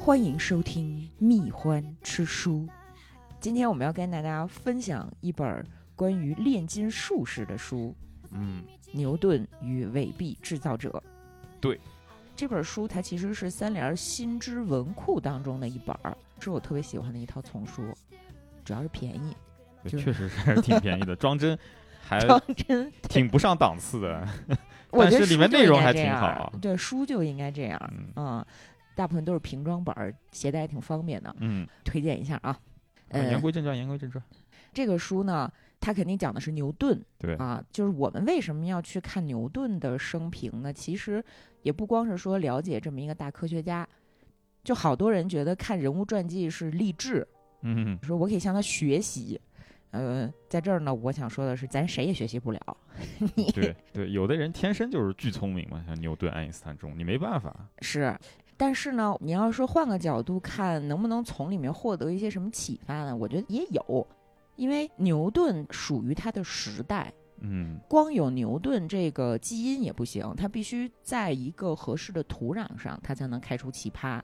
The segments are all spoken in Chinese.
欢迎收听《蜜獾吃书》。今天我们要跟大家分享一本关于炼金术士的书嗯， 《牛顿与伪币制造者》。对，这本书它其实是三联新知文库当中的一本儿，是我特别喜欢的一套丛书，主要是便宜，就对是确实是挺便宜的，装帧还 装帧哎挺不上档次 的。我觉但得是里面书就内容应该还这挺样儿好啊对，书就应该这样儿，嗯嗯，大部分都是平装本儿，携带挺方便的，嗯，推荐一下啊。啊呃言归正传，言归正传。这个书呢，它肯定讲的是牛顿，对啊，就是我们为什么要去看牛顿的生平呢？其实也不光是说了解这么一个大科学家，就好多人觉得看人物传记是励志， 嗯，说我可以向他学习。呃，在这儿呢，我想说的是，咱谁也学习不了。你对对，有的人天生就是巨聪明嘛，像牛顿、爱因斯坦这种，你没办法。是，但是呢，你要说换个角度看，能不能从里面获得一些什么启发呢？我觉得也有，因为牛顿属于他的时代，嗯，光有牛顿这个基因也不行，他必须在一个合适的土壤上，他才能开出奇葩。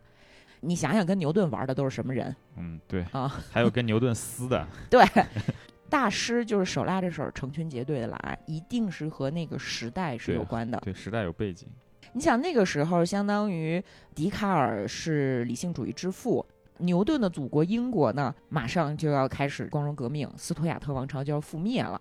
你想想，跟牛顿玩的都是什么人 嗯，对，啊？还有跟牛顿撕 的，对，大师就是手拉着手成群结队的来，一定是和那个时代是对有关的。对，时代有背景，你想那个时候，相当于笛卡尔是理性主义之父，牛顿的祖国英国呢，马上就要开始光荣革命，斯图亚特王朝就要覆灭了。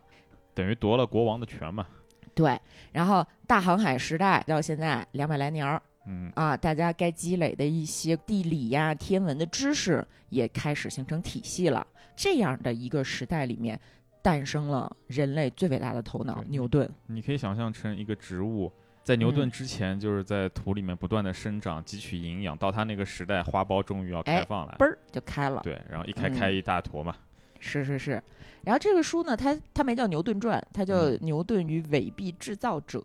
等于夺了国王的权嘛。对，然后大航海时代到现在两百来年儿嗯，啊，大家该积累的一些地理呀、天文的知识也开始形成体系了。这样的一个时代里面，诞生了人类最伟大的头脑对牛顿。你可以想象成一个植物。在牛嗯顿之前，就是在土里面不断的生长，汲取营养。到他那个时代，花苞终于要哎开放了嘣。儿就开了，对，然后一开嗯开一大坨嘛。是是是，然后这个书呢，它它没叫《牛顿传》，它叫《嗯牛顿与伪币制造者》，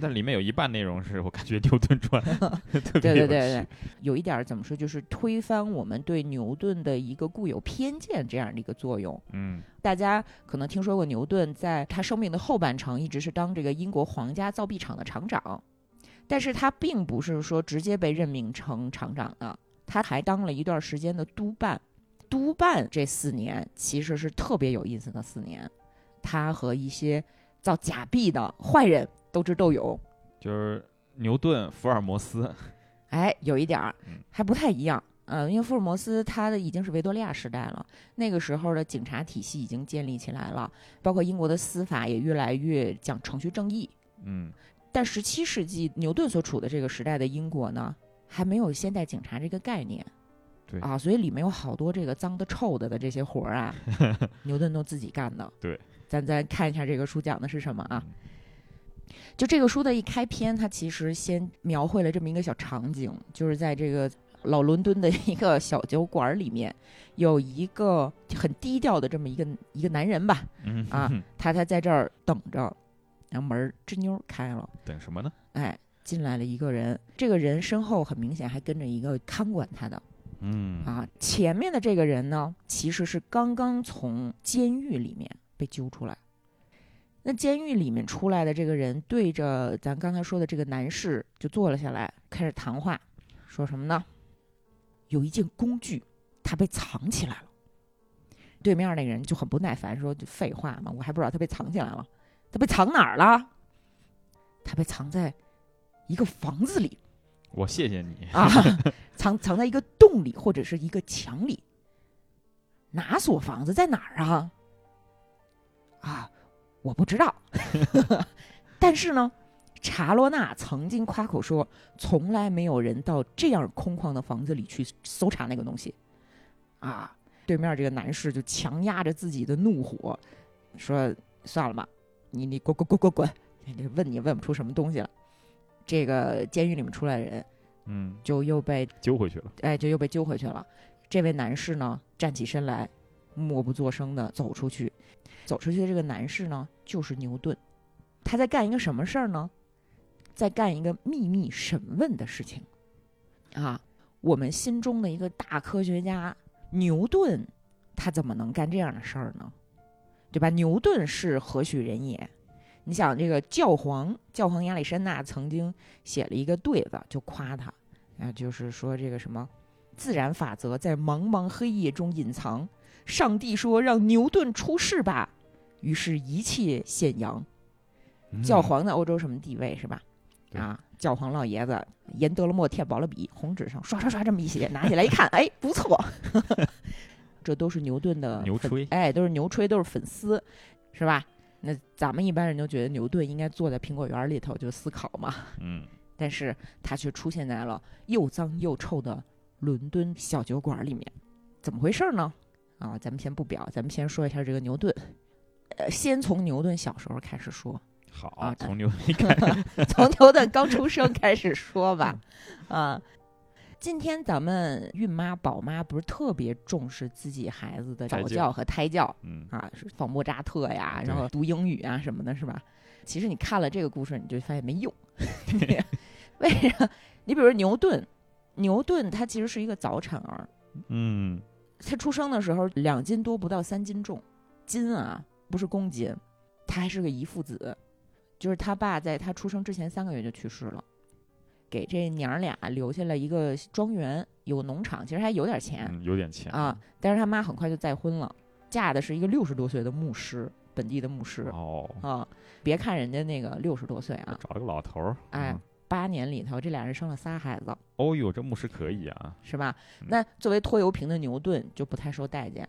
但里面有一半内容是我感觉牛顿传 对特别对对有趣对有一点儿怎么说，就是推翻我们对牛顿的一个固有偏见这样的一个作用。嗯，大家可能听说过牛顿在他生命的后半程一直是当这个英国皇家造币厂的厂长，但是他并不是说直接被任命成厂长的，他还当了一段时间的督办。督办这四年其实是特别有意思的四年，他和一些造假币的坏人斗智斗勇，就是牛顿、福尔摩斯，哎，有一点儿嗯还不太一样。嗯、因为福尔摩斯他的已经是维多利亚时代了，那个时候的警察体系已经建立起来了，包括英国的司法也越来越讲程序正义。嗯，但十七世纪牛顿所处的这个时代的英国呢，还没有现代警察这个概念，对啊，所以里面有好多这个脏的、臭的的这些活儿 啊，牛顿都自己干的。对，咱再看一下这个书讲的是什么啊？嗯就这个书的一开篇，它其实先描绘了这么一个小场景，就是在这个老伦敦的一个小酒馆里面，有一个很低调的这么一个一个男人吧，嗯啊，他他在这儿等着，然后门儿吱妞儿开了，等什么呢？哎，进来了一个人，这个人身后很明显还跟着一个看管他的嗯，啊，前面的这个人呢，其实是刚刚从监狱里面被揪出来。那监狱里面出来的这个人，对着咱刚才说的这个男士就坐了下来，开始谈话，说什么呢？有一件工具，他被藏起来了。对面那个人就很不耐烦，说：“就废话嘛，我还不知道他被藏起来了，他被藏哪儿了？他被藏在一个房子里。”我谢谢你，啊， 藏藏在一个洞里或者是一个墙里。哪所房子在哪儿啊？啊，我不知道。 但是呢，查洛纳曾经夸口说，从来没有人到这样空旷的房子里去搜查那个东西。啊，对面这个男士就强压着自己的怒火，说：“算了吧，你你滚滚滚滚滚，你这问也问不出什么东西了。”这个监狱里面出来的人嗯，就又被揪回去了。哎，就又被揪回去了。这位男士呢，站起身来，默不作声的走出去。走出去的这个男士呢，就是牛顿。他在干一个什么事儿呢？在干一个秘密审问的事情。啊，我们心中的一个大科学家牛顿，他怎么能干这样的事儿呢？对吧？牛顿是何许人也？你想，这个教皇，教皇亚历山大曾经写了一个对子，就夸他，啊，就是说这个什么自然法则在茫茫黑夜中隐藏。上帝说：“让牛顿出世吧。”于是，一切现阳。嗯教皇在欧洲什么地位是吧？对啊，教皇老爷子研得了墨，舔薄了笔，红纸上刷刷刷这么一写，拿起来一看，哎，不错， 这都是牛顿的牛粉吹哎，都是牛吹，都是粉丝，是吧？那咱们一般人都觉得牛顿应该坐在苹果园里头就思考嘛，嗯，但是他却出现在了又脏又臭的伦敦小酒馆里面，怎么回事呢？啊，咱们先不表，咱们先说一下这个牛顿。呃，先从牛顿小时候开始说，好啊，从牛顿开始，从牛顿刚出生开始说吧，嗯啊，今天咱们孕妈、宝妈不是特别重视自己孩子的胎早教教和胎教嗯，啊，是仿莫扎特呀，对然后读英语啊什么的，是吧？其实你看了这个故事，你就发现没用。 为啥？你比如牛顿，牛顿他其实是一个早产儿，嗯，他出生的时候两斤多不到三斤重，斤啊不是公斤，他还是个遗腹子，就是他爸在他出生之前三个月就去世了，给这娘儿俩留下了一个庄园，有农场，其实还有点钱，嗯有点钱啊，但是他妈很快就再婚了，嫁的是一个六十多岁的牧师，本地的牧师哦，啊。别看人家那个六十多岁我啊，找了个老头儿，哎嗯，八年里头这俩人生了仨孩子，哦哟，这牧师可以啊，是吧嗯？那作为拖油瓶的牛顿就不太受待见。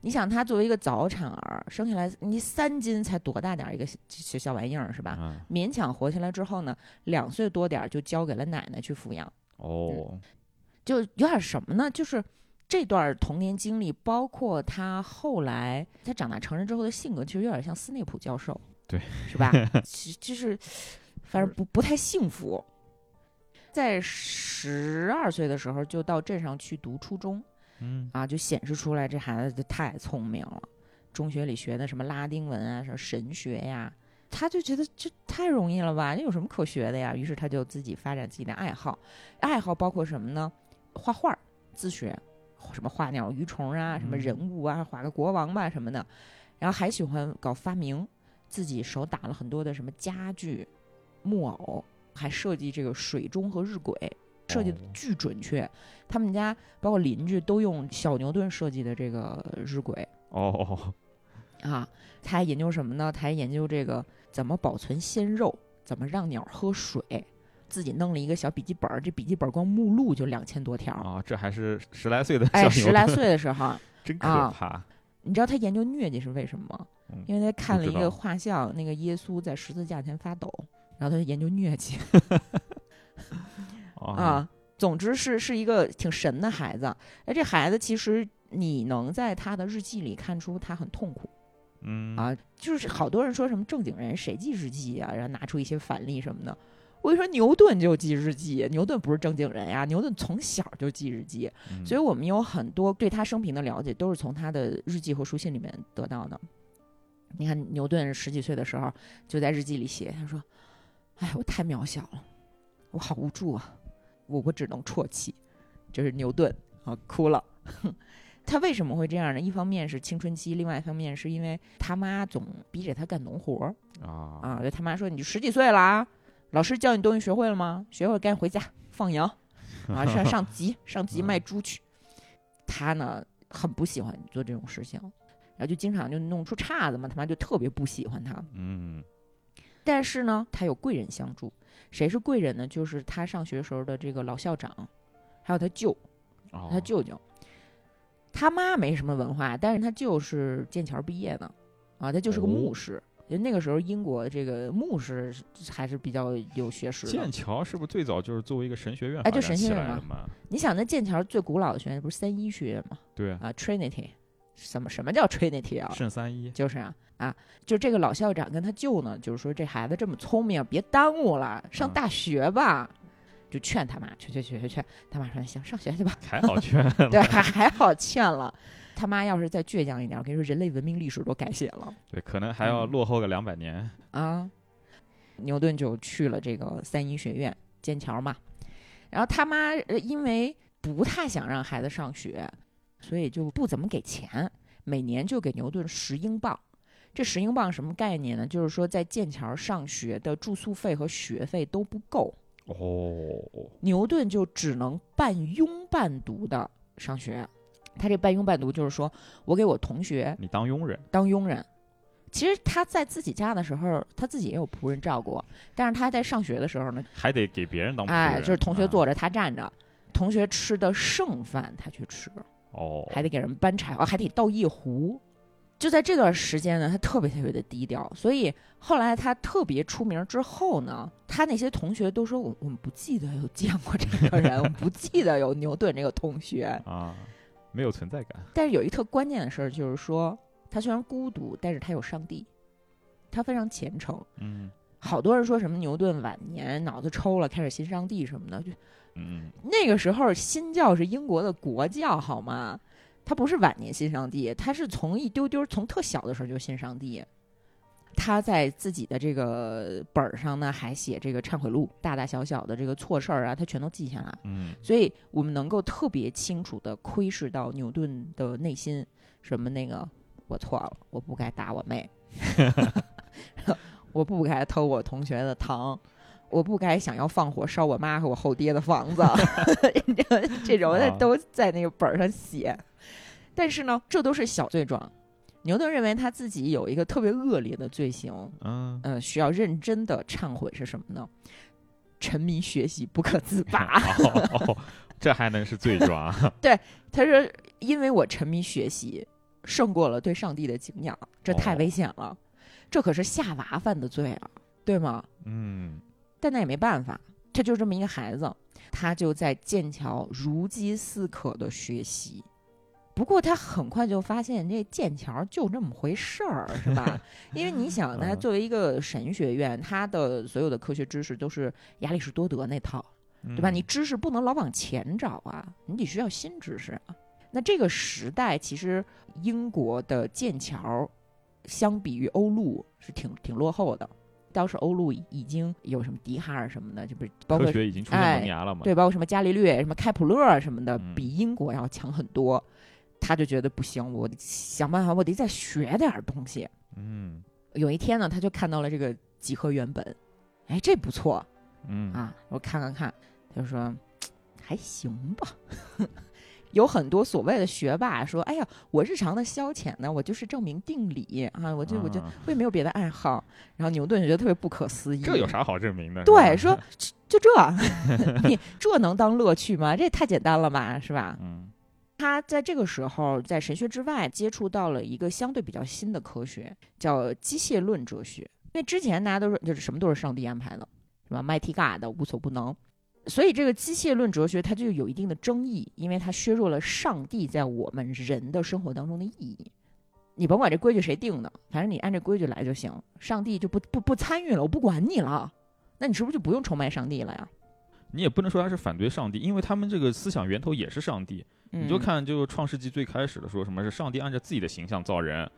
你想，他作为一个早产儿，生下来你三斤才多大点儿一个小小小玩意儿是吧？啊，勉强活下来之后呢，两岁多点儿就交给了奶奶去抚养，哦，就有点什么呢？就是这段童年经历，包括他后来他长大成人之后的性格，其实有点像斯内普教授，对，是吧？其就是反正不不太幸福。在十二岁的时候就到镇上去读初中嗯，啊，就显示出来这孩子就太聪明了。中学里学的什么拉丁文啊，什么神学呀，他就觉得这太容易了吧，这有什么可学的呀？于是他就自己发展自己的爱好，爱好包括什么呢？画画儿自学，什么画鸟、鱼虫啊，什么嗯人物啊，画个国王吧什么的，然后还喜欢搞发明，自己手打了很多的什么家具、木偶，还设计这个水钟和日晷。设计的哦巨准确，他们家包括邻居都用小牛顿设计的这个日晷，哦哦，啊，他还研究什么呢？他还研究这个怎么保存鲜肉，怎么让鸟喝水，自己弄了一个小笔记本儿，这笔记本儿光目录就两千多条儿。啊，这还是十来岁的小哎，牛十来顿，岁的时候，真可啊怕，你知道他研究疟疾是为什么吗嗯？因为他看了一不知道个画像，那个耶稣在十字架前发抖，然后他就研究疟疾啊，啊。总之是是一个挺神的孩子，而这孩子其实你能在他的日记里看出他很痛苦。嗯，啊，就是好多人说什么正经人谁记日记啊，然后拿出一些反例什么的。我跟你说，牛顿就记日记，牛顿不是正经人呀、牛顿从小就记日记，嗯所以我们有很多对他生平的了解都是从他的日记和书信里面得到的。你看，牛顿十几岁的时候就在日记里写，他说：“哎，我太渺小了，我好无助啊，我我只能啜泣。”这是牛顿啊，哭了。 他为什么会这样呢？一方面是青春期，另外一方面是因为他妈总逼着他干农活儿啊，啊。就他妈说：“你十几岁了啊，老师教你东西学会了吗？学会赶紧回家放羊啊，上上集上集卖猪去。”他呢很不喜欢做这种事情，然后就经常就弄出岔子嘛，他妈就特别不喜欢他。嗯，但是呢，他有贵人相助，谁是贵人呢？就是他上学时候的这个老校长，还有他舅。哦他舅舅，他妈没什么文化，但是他舅是剑桥毕业的，啊，他就是个哦牧师。因为那个时候英国这个牧师还是比较有学识的剑。桥是不是最早就是作为一个神学院哎就发展神学起院来嘛的嘛？你想，那剑桥最古老的学院不是三一学院吗？对啊，啊，Trinity，什么什么叫 Trinity 啊？圣 三一，就是啊啊，就这个老校长跟他舅呢，就是说这孩子这么聪明，别耽误了，上嗯大学吧。就劝他妈，劝劝劝劝劝，他妈说行，上学去吧。还好圈对，还还好欠了。他妈要是再倔强一点，我跟你说，人类文明历史都改写了对，可能还要嗯落后个两百年。啊。牛顿就去了这个三一学院，剑桥嘛。然后他妈呃因为不太想让孩子上学，所以就不怎么给钱，每年就给牛顿十英镑。这十英镑什么概念呢？就是说在剑桥上学的住宿费和学费都不够，哦，牛顿就只能半拥半读的上学。他这半佣半读就是说我给我同学你当佣人，当佣人。其实他在自己家的时候，他自己也有仆人照顾，但是他在上学的时候呢，还得给别人当仆人，哎，就是同学啊坐着他站着，同学吃的剩饭他去吃，哦，还得给人搬柴火，还得倒夜壶。就在这段时间呢，他特别特别的低调，所以后来他特别出名之后呢，他那些同学都说我我们不记得有见过这个人，我们不记得有牛顿这个同学。啊，没有存在感，但是有一特关键的事儿，就是说他虽然孤独，但是他有上帝，他非常虔诚。嗯好多人说什么牛顿晚年脑子抽了，开始信上帝什么的，就嗯，那个时候新教是英国的国教，好吗？他不是晚年信上帝，他是从一丢丢从特小的时候就信上帝。他在自己的这个本儿上呢，还写这个忏悔录，大大小小的这个错事儿啊，他全都记下来。嗯所以我们能够特别清楚地窥视到牛顿的内心，什么那个我错了，我不该打我妹，我不该偷我同学的糖，我不该想要放火烧我妈和我后爹的房子，这这种他啊都在那个本儿上写。但是呢，这都是小罪状。牛顿认为他自己有一个特别恶劣的罪行， 嗯呃，需要认真的忏悔是什么呢？沉迷学习不可自拔。 哦哦这还能是罪状啊？ 他说：“因为我沉迷学习，胜过了对上帝的敬仰，这太哦危险了，这可是下娃犯的罪啊，对吗？嗯但那也没办法，他就这么一个孩子，他就在剑桥如饥似渴的学习。不过他很快就发现这剑桥就这么回事儿，是 吧？因为你想，他嗯作为一个神学院，他的所有的科学知识都是亚里士多德那套，对吧？嗯你知识不能老往前找啊，你得需要新知识啊。那这个时代，其实英国的剑桥，相比于欧陆是挺挺落后的。当时欧陆已已经有什么笛卡尔什么的，就不是包括科学已经出现哎萌芽了嘛？对，包括什么伽利略、什么开普勒什么的，嗯比英国要强很多。他就觉得不行，我得想办法，我得再学点儿东西。嗯有一天呢，他就看到了这个几何原本，哎，这不错，嗯啊，我看看看，他就说还行吧。 有很多所谓的学霸说：“哎呀，我日常的消遣呢，我就是证明定理啊，我就我就啊我也没有别的爱好。”然后牛顿就觉得特别不可思议，这有啥好证明的？嗯是吧对， 说就这，你这 能当乐趣吗？这也太简单了吧，是吧？嗯他在这个时候在神学之外接触到了一个相对比较新的科学，叫机械论哲学。因为之前大家都是就是什么都是上帝安排的，是吧？Mighty God 无所不能，所以这个机械论哲学它就有一定的争议，因为它削弱了上帝在我们人的生活当中的意义。你甭管这规矩谁定的，反正你按这规矩来就行。上帝就不不不参与了，我不管你了。那你是不是就不用崇拜上帝了呀？你也不能说他是反对上帝，因为他们这个思想源头也是上帝。你嗯就看，就是《创世纪》最开始的说什么是上帝按照自己的形象造人，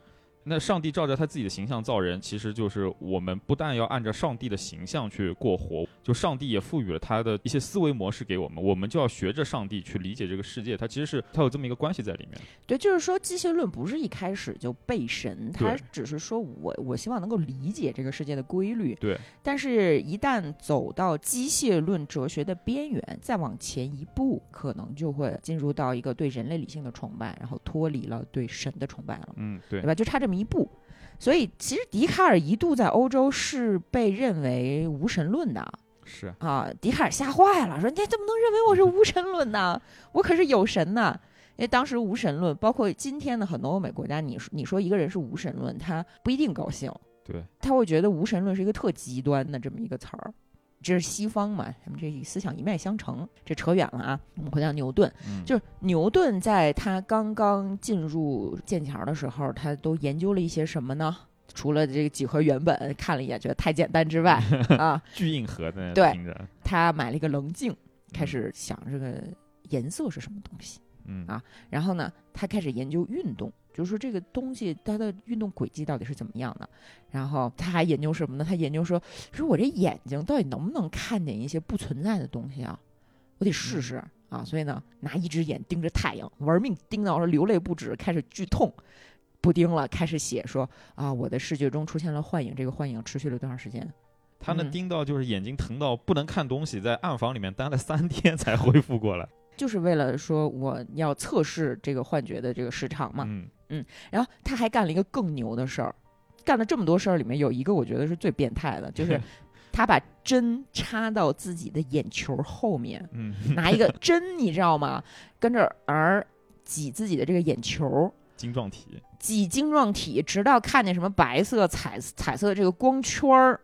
那上帝照着他自己的形象造人，其实就是我们不但要按照上帝的形象去过活，就上帝也赋予了他的一些思维模式给我们，我们就要学着上帝去理解这个世界，它其实是它有这么一个关系在里面。对，就是说机械论不是一开始就背神，它对只是说我我希望能够理解这个世界的规律，对，但是一旦走到机械论哲学的边缘，再往前一步，可能就会进入到一个对人类理性的崇拜，然后脱离了对神的崇拜了。嗯，对对，吧？就差这么一步。所以，其实笛卡尔一度在欧洲是被认为无神论的是啊。笛卡尔吓坏了，说：“你怎么能认为我是无神论呢？我可是有神呢！”因为当时无神论，包括今天的很多欧美国家，你说你说一个人是无神论，他不一定高兴，对，他会觉得无神论是一个特极端的这么一个词儿。这是西方嘛，咱们这思想一脉相承，这扯远了啊。我们回到牛顿，嗯，就是牛顿在他刚刚进入剑桥的时候，他都研究了一些什么呢？除了这个几何原本看了一眼觉得太简单之 外啊，巨硬核的对听着，嗯他买了一个棱镜，开始想这个颜色是什么东西。嗯啊然后呢，他开始研究运动，就是说这个东西它的运动轨迹到底是怎么样的。然后他还研究什么呢？他研究说，说我这眼睛到底能不能看见一些不存在的东西啊？我得试试啊！所以呢，拿一只眼盯着太阳，玩命盯到流泪不止，开始剧痛。不盯了，开始写说啊，我的视觉中出现了幻影，这个幻影持续了多长时间？他呢嗯盯到就是眼睛疼到不能看东西，在暗房里面待了三天才恢复过来。就是为了说我要测试这个幻觉的这个时长嘛。嗯然后他还干了一个更牛的事儿，干了这么多事儿里面有一个我觉得是最变态的，就是 他把针插到自己的眼球后面，嗯，拿一个针，你知道吗？跟着儿挤自己的这个眼球，晶状体，挤晶状体，直到看见什么白色、彩彩色的这个光圈儿，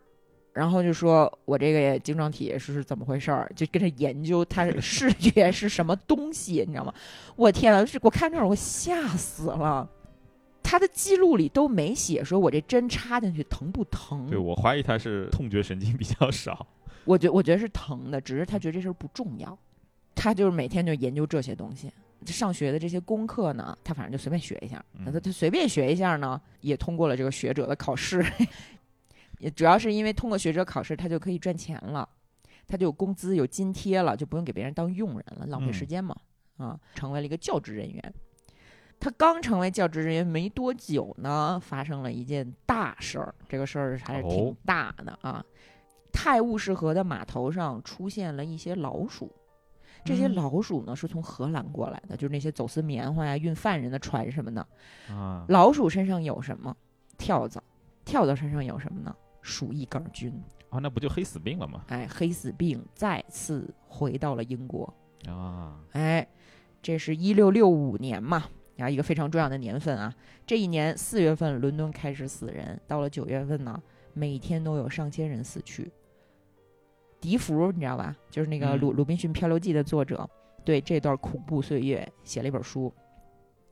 然后就说我这个晶状体是怎么回事儿，就跟着研究它的视觉是什么东西，你知道吗？我天啊，是我看这会儿我吓死了。他的记录里都没写说我这针插进去疼不疼对，我怀疑他是痛觉神经比较少，我觉我觉得是疼的，只是他觉得这事儿不重要，他就是每天就研究这些东西。上学的这些功课呢，他反正就随便学一下，嗯他他随便学一下呢，也通过了这个学者的考试， 也主要是因为通过学者考试，他就可以赚钱了，他就有工资有津贴了，就不用给别人当佣人了，浪费嗯时间嘛，啊，成为了一个教职人员。他刚成为教职人员没多久呢，发生了一件大事儿，这个事儿还是挺哦大的啊。泰晤士河的码头上出现了一些老鼠，这些嗯老鼠呢是从荷兰过来的，就是那些走私棉花呀、运犯人的船什么的。啊，老鼠身上有什么？跳蚤，跳蚤身上有什么呢？鼠疫杆菌，啊，那不就黑死病了吗？哎，黑死病再次回到了英国，啊，哎，这是一六六五年嘛，然后一个非常重要的年份啊。这一年四月份，伦敦开始死人，到了九月份呢，每天都有上千人死去。笛福你知道吧？就是那个嗯鲁《鲁滨逊漂流记》的作者，对这段恐怖岁月写了一本书。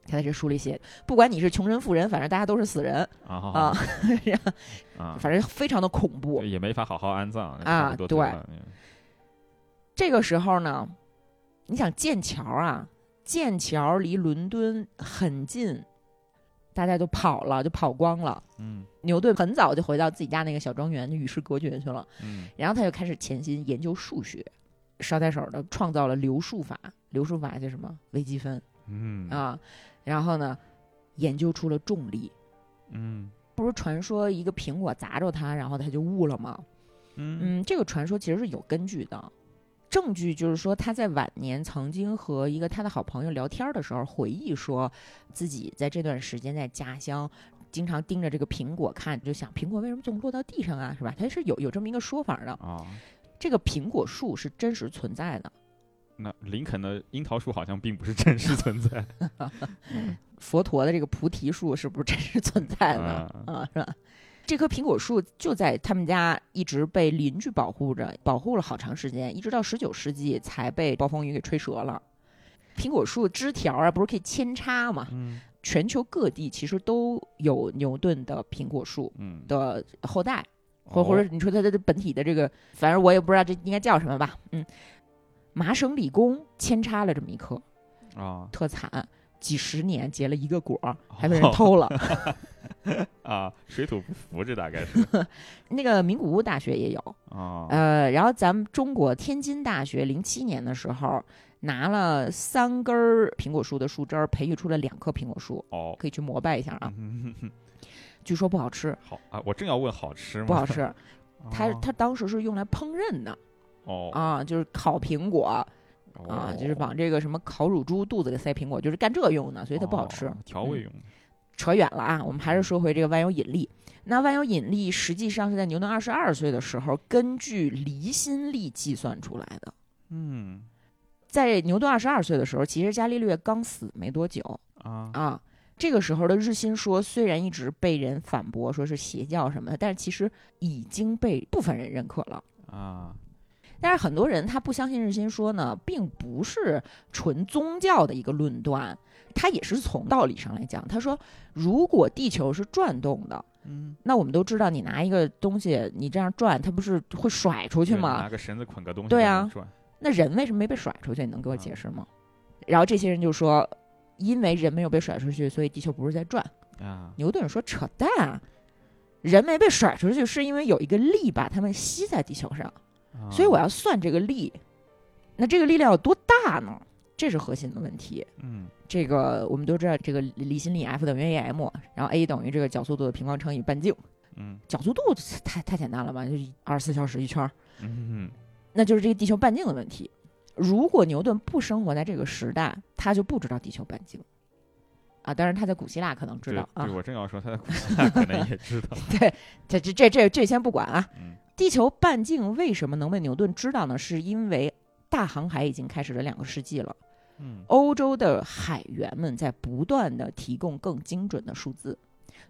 他在这书里写，不管你是穷人富人，反正大家都是死人啊好啊 好，啊，反正非常的恐怖。也没法好好安葬啊差不多得对了嗯这个时候呢，你想剑桥啊，剑桥离伦敦很近，大家就跑了，就跑光了。嗯牛顿很早就回到自己家那个小庄园，就与世隔绝去了。嗯然后他就开始潜心研究数学，捎带手的创造了流数法。流数法就是什么？微积分嗯啊。然后呢，研究出了重力。嗯不是传说一个苹果砸着他，然后他就悟了吗？嗯嗯，这个传说其实是有根据的。证据就是说，他在晚年曾经和一个他的好朋友聊天的时候，回忆说自己在这段时间在家乡，经常盯着这个苹果看，就想苹果为什么总落到地上啊，是吧？他是有有这么一个说法的。啊，这个苹果树是真实存在的，那林肯的樱桃树好像并不是真实存在佛陀的这个菩提树是不是真实存在的啊啊、是吧？这棵苹果树就在他们家，一直被邻居保护着，保护了好长时间，一直到十九世纪才被暴风雨给吹折了。苹果树枝条啊，不是可以扦插嘛？嗯全球各地其实都有牛顿的苹果树嗯，的后代，或哦或者你说它的本体的这个，反正我也不知道这应该叫什么吧。嗯，麻省理工扦插了这么一棵，啊特惨，几十年结了一个果儿，还哦被人偷了。啊，水土不服，这大概是那个名古屋大学也有，啊，呃，然后咱们中国天津大学零七年的时候拿了三根儿苹果树的树枝儿，培育出了两棵苹果树，哦，可以去膜拜一下啊。嗯据说不好吃，好啊，我正要问好吃吗？不好， 吃，它哦它当时是用来烹饪的哦啊，就是烤苹果啊哦，就是往这个什么烤乳猪肚子里塞苹果，就是干这个用的，所以它不好吃嗯哦。调味用的，扯远了啊，我们还是说回这个万有引力。那万有引力实际上是在牛顿二十二岁的时候，根据离心力计算出来的。嗯在牛顿二十二岁的时候，其实伽利略刚死没多久啊啊。这个时候的日心说虽然一直被人反驳说是邪教什么的，但是其实已经被部分人认可了。啊，但是很多人他不相信日心说呢，并不是纯宗教的一个论断，他也是从道理上来讲。他说，如果地球是转动的，嗯，那我们都知道，你拿一个东西，你这样转，它不是会甩出去对吗拿？个绳子捆个东西，对啊转，那人为什么没被甩出去？你能给我啊解释吗？然后这些人就说，因为人没有被甩出去，所以地球不是在转。啊，牛顿说扯淡，啊人没被甩出去是因为有一个力把他们吸在地球上，啊所以我要算这个力。那这个力量有多大呢？这是核心的问题。嗯这个我们都知道，这个离心力 F 等于 a m，然后 a 等于这个角速度的平方乘以半径。嗯角速度太太简单了吧？就是二十四小时一圈儿，嗯那就是这个地球半径的问题。如果牛顿不生活在这个时代，他就不知道地球半径。啊，当然他在古希腊可能知对道啊对，，我正要说 他在古希腊可能也知道，这这这这这先不管啊。嗯地球半径为什么能被牛顿知道呢？是因为大航海已经开始了两个世纪了，嗯欧洲的海员们在不断的提供更精准的数字，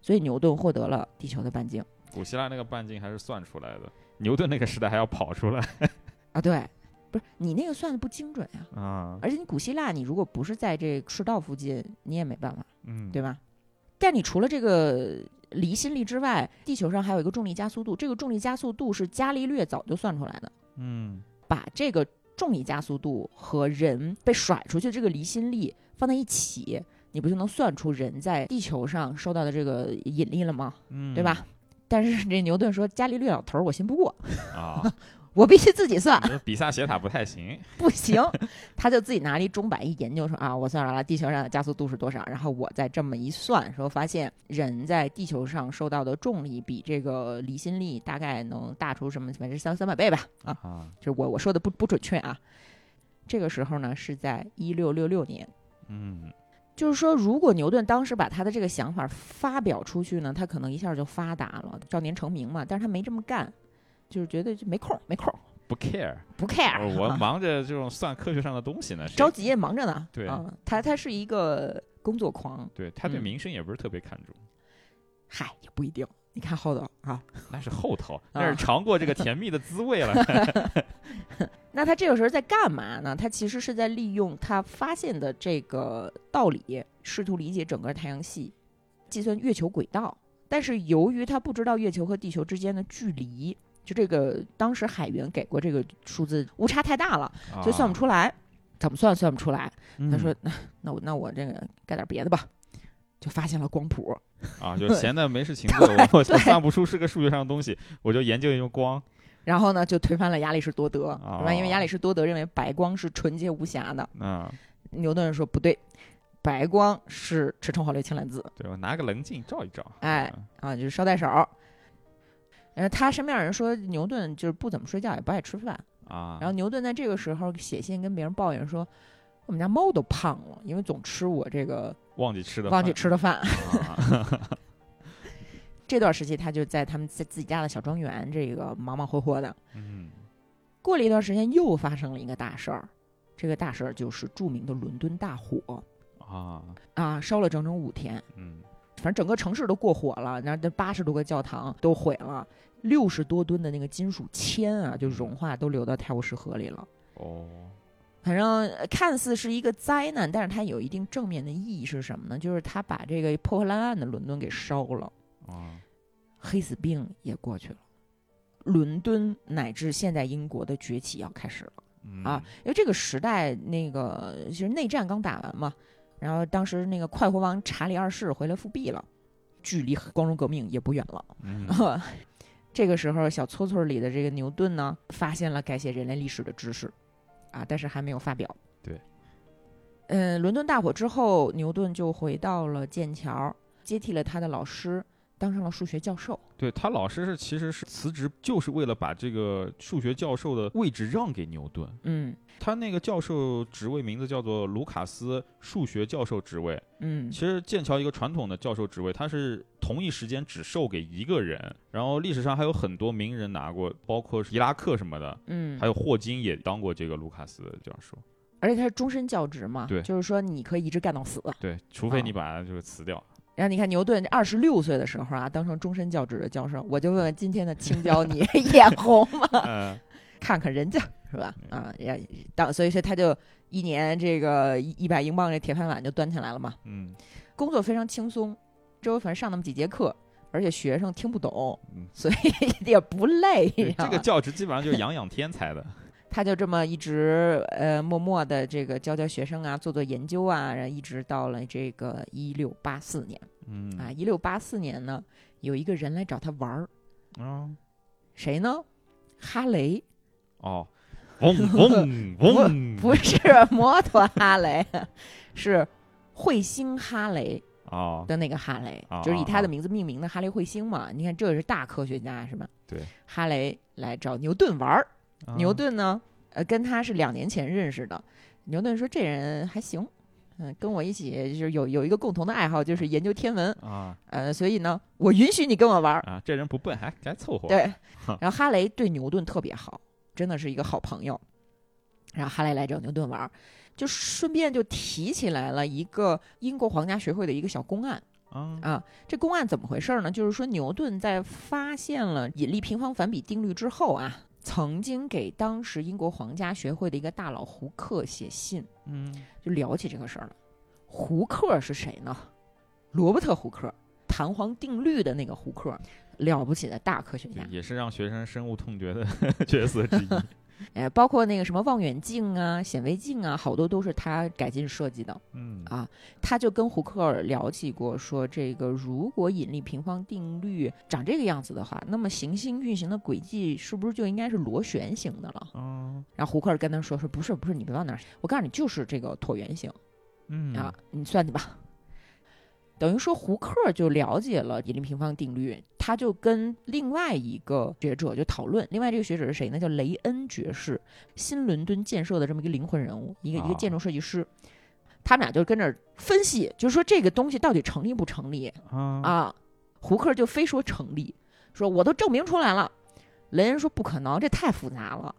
所以牛顿获得了地球的半径古希腊那个半径还是算出来的，牛顿那个时代还要跑出来啊。对，不是你那个算的不精准呀、啊，而且你古希腊，你如果不是在这赤道附近，你也没办法，嗯，对吧？但你除了这个离心力之外，地球上还有一个重力加速度，这个重力加速度是伽利略早就算出来的，嗯把这个重力加速度和人被甩出去的这个离心力放在一起，你不就能算出人在地球上受到的这个引力了吗？嗯，对吧？但是这牛顿说，伽利略老头儿我信不过，啊，我必须自己算。你这比萨斜塔不太 行，不行，他就自己拿了一钟摆一研究说啊，我算出来了地球上的加速度是多少，然后我再这么一算，说发现人在地球上受到的重力比这个离心力大概能大出什么，反正三三百倍吧啊，啊，就是我我说的不不准确啊。这个时候呢是在一六六六年，嗯就是说如果牛顿当时把他的这个想法发表出去呢，他可能一下就发达了，少年成名嘛，但是他没这么干，就是觉得就没空儿没空儿，不 care，不 care，我我啊忙着这种算科学上的东西呢，谁着急也忙着呢。对啊，他他是一个工作狂，对他对嗯名声也不是特别看重，嗨，也不一定。你看后头啊，那是后头，那是尝过这个甜蜜的滋味 了。那他这个时候在干嘛呢？他其实是在利用他发现的这个道理，试图理解整个太阳系，计算月球轨道。但是由于他不知道月球和地球之间的距离，就这个当时海员给过这个数字误差太大了，所以算不出。出来。怎么算算不出来？啊嗯他说：“那那我那我这个干点别的吧。”就发现了光谱。 啊，就是闲的没事情做，我我对算不出是个数学上的东西，我就研究研究光。然后呢，就推翻了亚里士多德，哦是吧？因为亚里士多德认为白光是纯洁无瑕的，嗯，牛顿说不对，白光是赤橙黄绿青蓝紫对我拿个棱镜照一照。哎嗯，啊，就是捎带手。然后他身边有人说牛顿就是不怎么睡觉，也不爱吃饭。啊，然后牛顿在这个时候写信跟别人抱怨说，我们家猫都胖了，因为总吃我这个忘记吃的，忘记吃的饭。 啊。这段时期他就在他们在自己家的小庄园这个忙忙活活的。嗯，过了一段时间，又发生了一个大事儿，这个大事儿就是著名的伦敦大火。啊，啊，烧了整整五天，嗯，反正整个城市都过火了，然后这八十多个教堂都毁了，六十多吨的那个金属铅啊，就融化都流到泰晤士河里了。哦，反正呃看似是一个灾难，但是它有一定正面的意义是什么呢？就是它把这个破破烂烂的伦敦给烧了，啊，黑死病也过去了，伦敦乃至现代英国的崛起要开始了。嗯啊，因为这个时代那个其实内战刚打完嘛，然后当时那个快活王查理二世回来复辟了，距离光荣革命也不远了。嗯 这个时候，小搓搓里的这个牛顿呢，发现了改写人类历史的知识，啊，但是还没有发表。对，嗯，伦敦大火之后，牛顿就回到了剑桥，接替了他的老师，当上了数学教授。对他老师是其实是辞职，就是为了把这个数学教授的位置让给牛顿。嗯他那个教授职位名字叫做卢卡斯数学教授职位。嗯其实剑桥一个传统的教授职位，它是同一时间只授给一个人，然后历史上还有很多名人拿过，包括是伊拉克什么的，嗯，还有霍金也当过这个卢卡斯教授。而且他是终身教职嘛，对就是说你可以一直干到死。对，除非你把这个 辞掉。然后你看牛顿二十六岁的时候啊，当上终身教职的教授，我就问问今天的青椒，你 眼红吗？嗯看看人家是吧？啊，也当所以说他就一年这个一一百英镑这铁饭碗就端起来了嘛，嗯工作非常轻松，周反正上那么几节课，而且学生听不懂，嗯，所以 也不累，你对知道嗯这吗个教职基本上就是养养天才的。他就这么一直呃默默的这个教教学生啊，做做研究啊，然后一直到了这个一六八四年 嗯啊，一六八四年呢，有一个人来找他玩儿。啊谁呢？哈雷哦，嗡嗡嗡，不 是摩托哈雷，是彗星哈雷哦，的那个哈雷啊，就是以他的名字命名的哈雷彗星嘛。你看，这是大科学家是吧？对，哈雷来找牛顿玩儿，啊牛顿呢呃，跟他是两年前认识的。牛顿说这人还行，嗯，跟我一起就是有有一个共同的爱好，就是研究天文，啊呃，所以呢，我允许你跟我玩儿。啊，这人不笨，还该凑合。对哈，然后哈雷对牛顿特别好，真的是一个好朋友。然后哈雷来找牛顿玩儿，就顺便就提起来了一个英国皇家学会的一个小公案。啊啊，这公案怎么回事儿呢？就是说牛顿在发现了引力平方反比定律之后啊，曾经给当时英国皇家学会的一个大佬胡克写信，嗯就聊起这个事儿了。胡克是谁呢？罗伯特·胡克，弹簧定律的那个胡克，了不起的大科学对家。也是让学生深恶痛绝的 角色之一。哎，包括那个什么望远镜啊、显微镜啊，好多都是他改进设计的。嗯啊他就跟胡克尔聊起过，说这个如果引力平方定律长这个样子的话，那么行星运行的轨迹是不是就应该是螺旋形的了？啊然后胡克尔跟他说说不是不是，你别往那儿想，我告诉你就是这个椭圆形嗯啊，你算去吧。等于说胡克尔就了解了引力平方定律，他就跟另外一个学者就讨论，另外这个学者是谁呢？叫雷恩爵士，新伦敦建设的这么一个灵魂人物，一个一个啊建筑设计师。他们俩就跟这儿分析，就说这个东西到底成立不成立啊啊？胡克就非说成立，说我都证明出来了。雷恩说不可能，这太复杂了。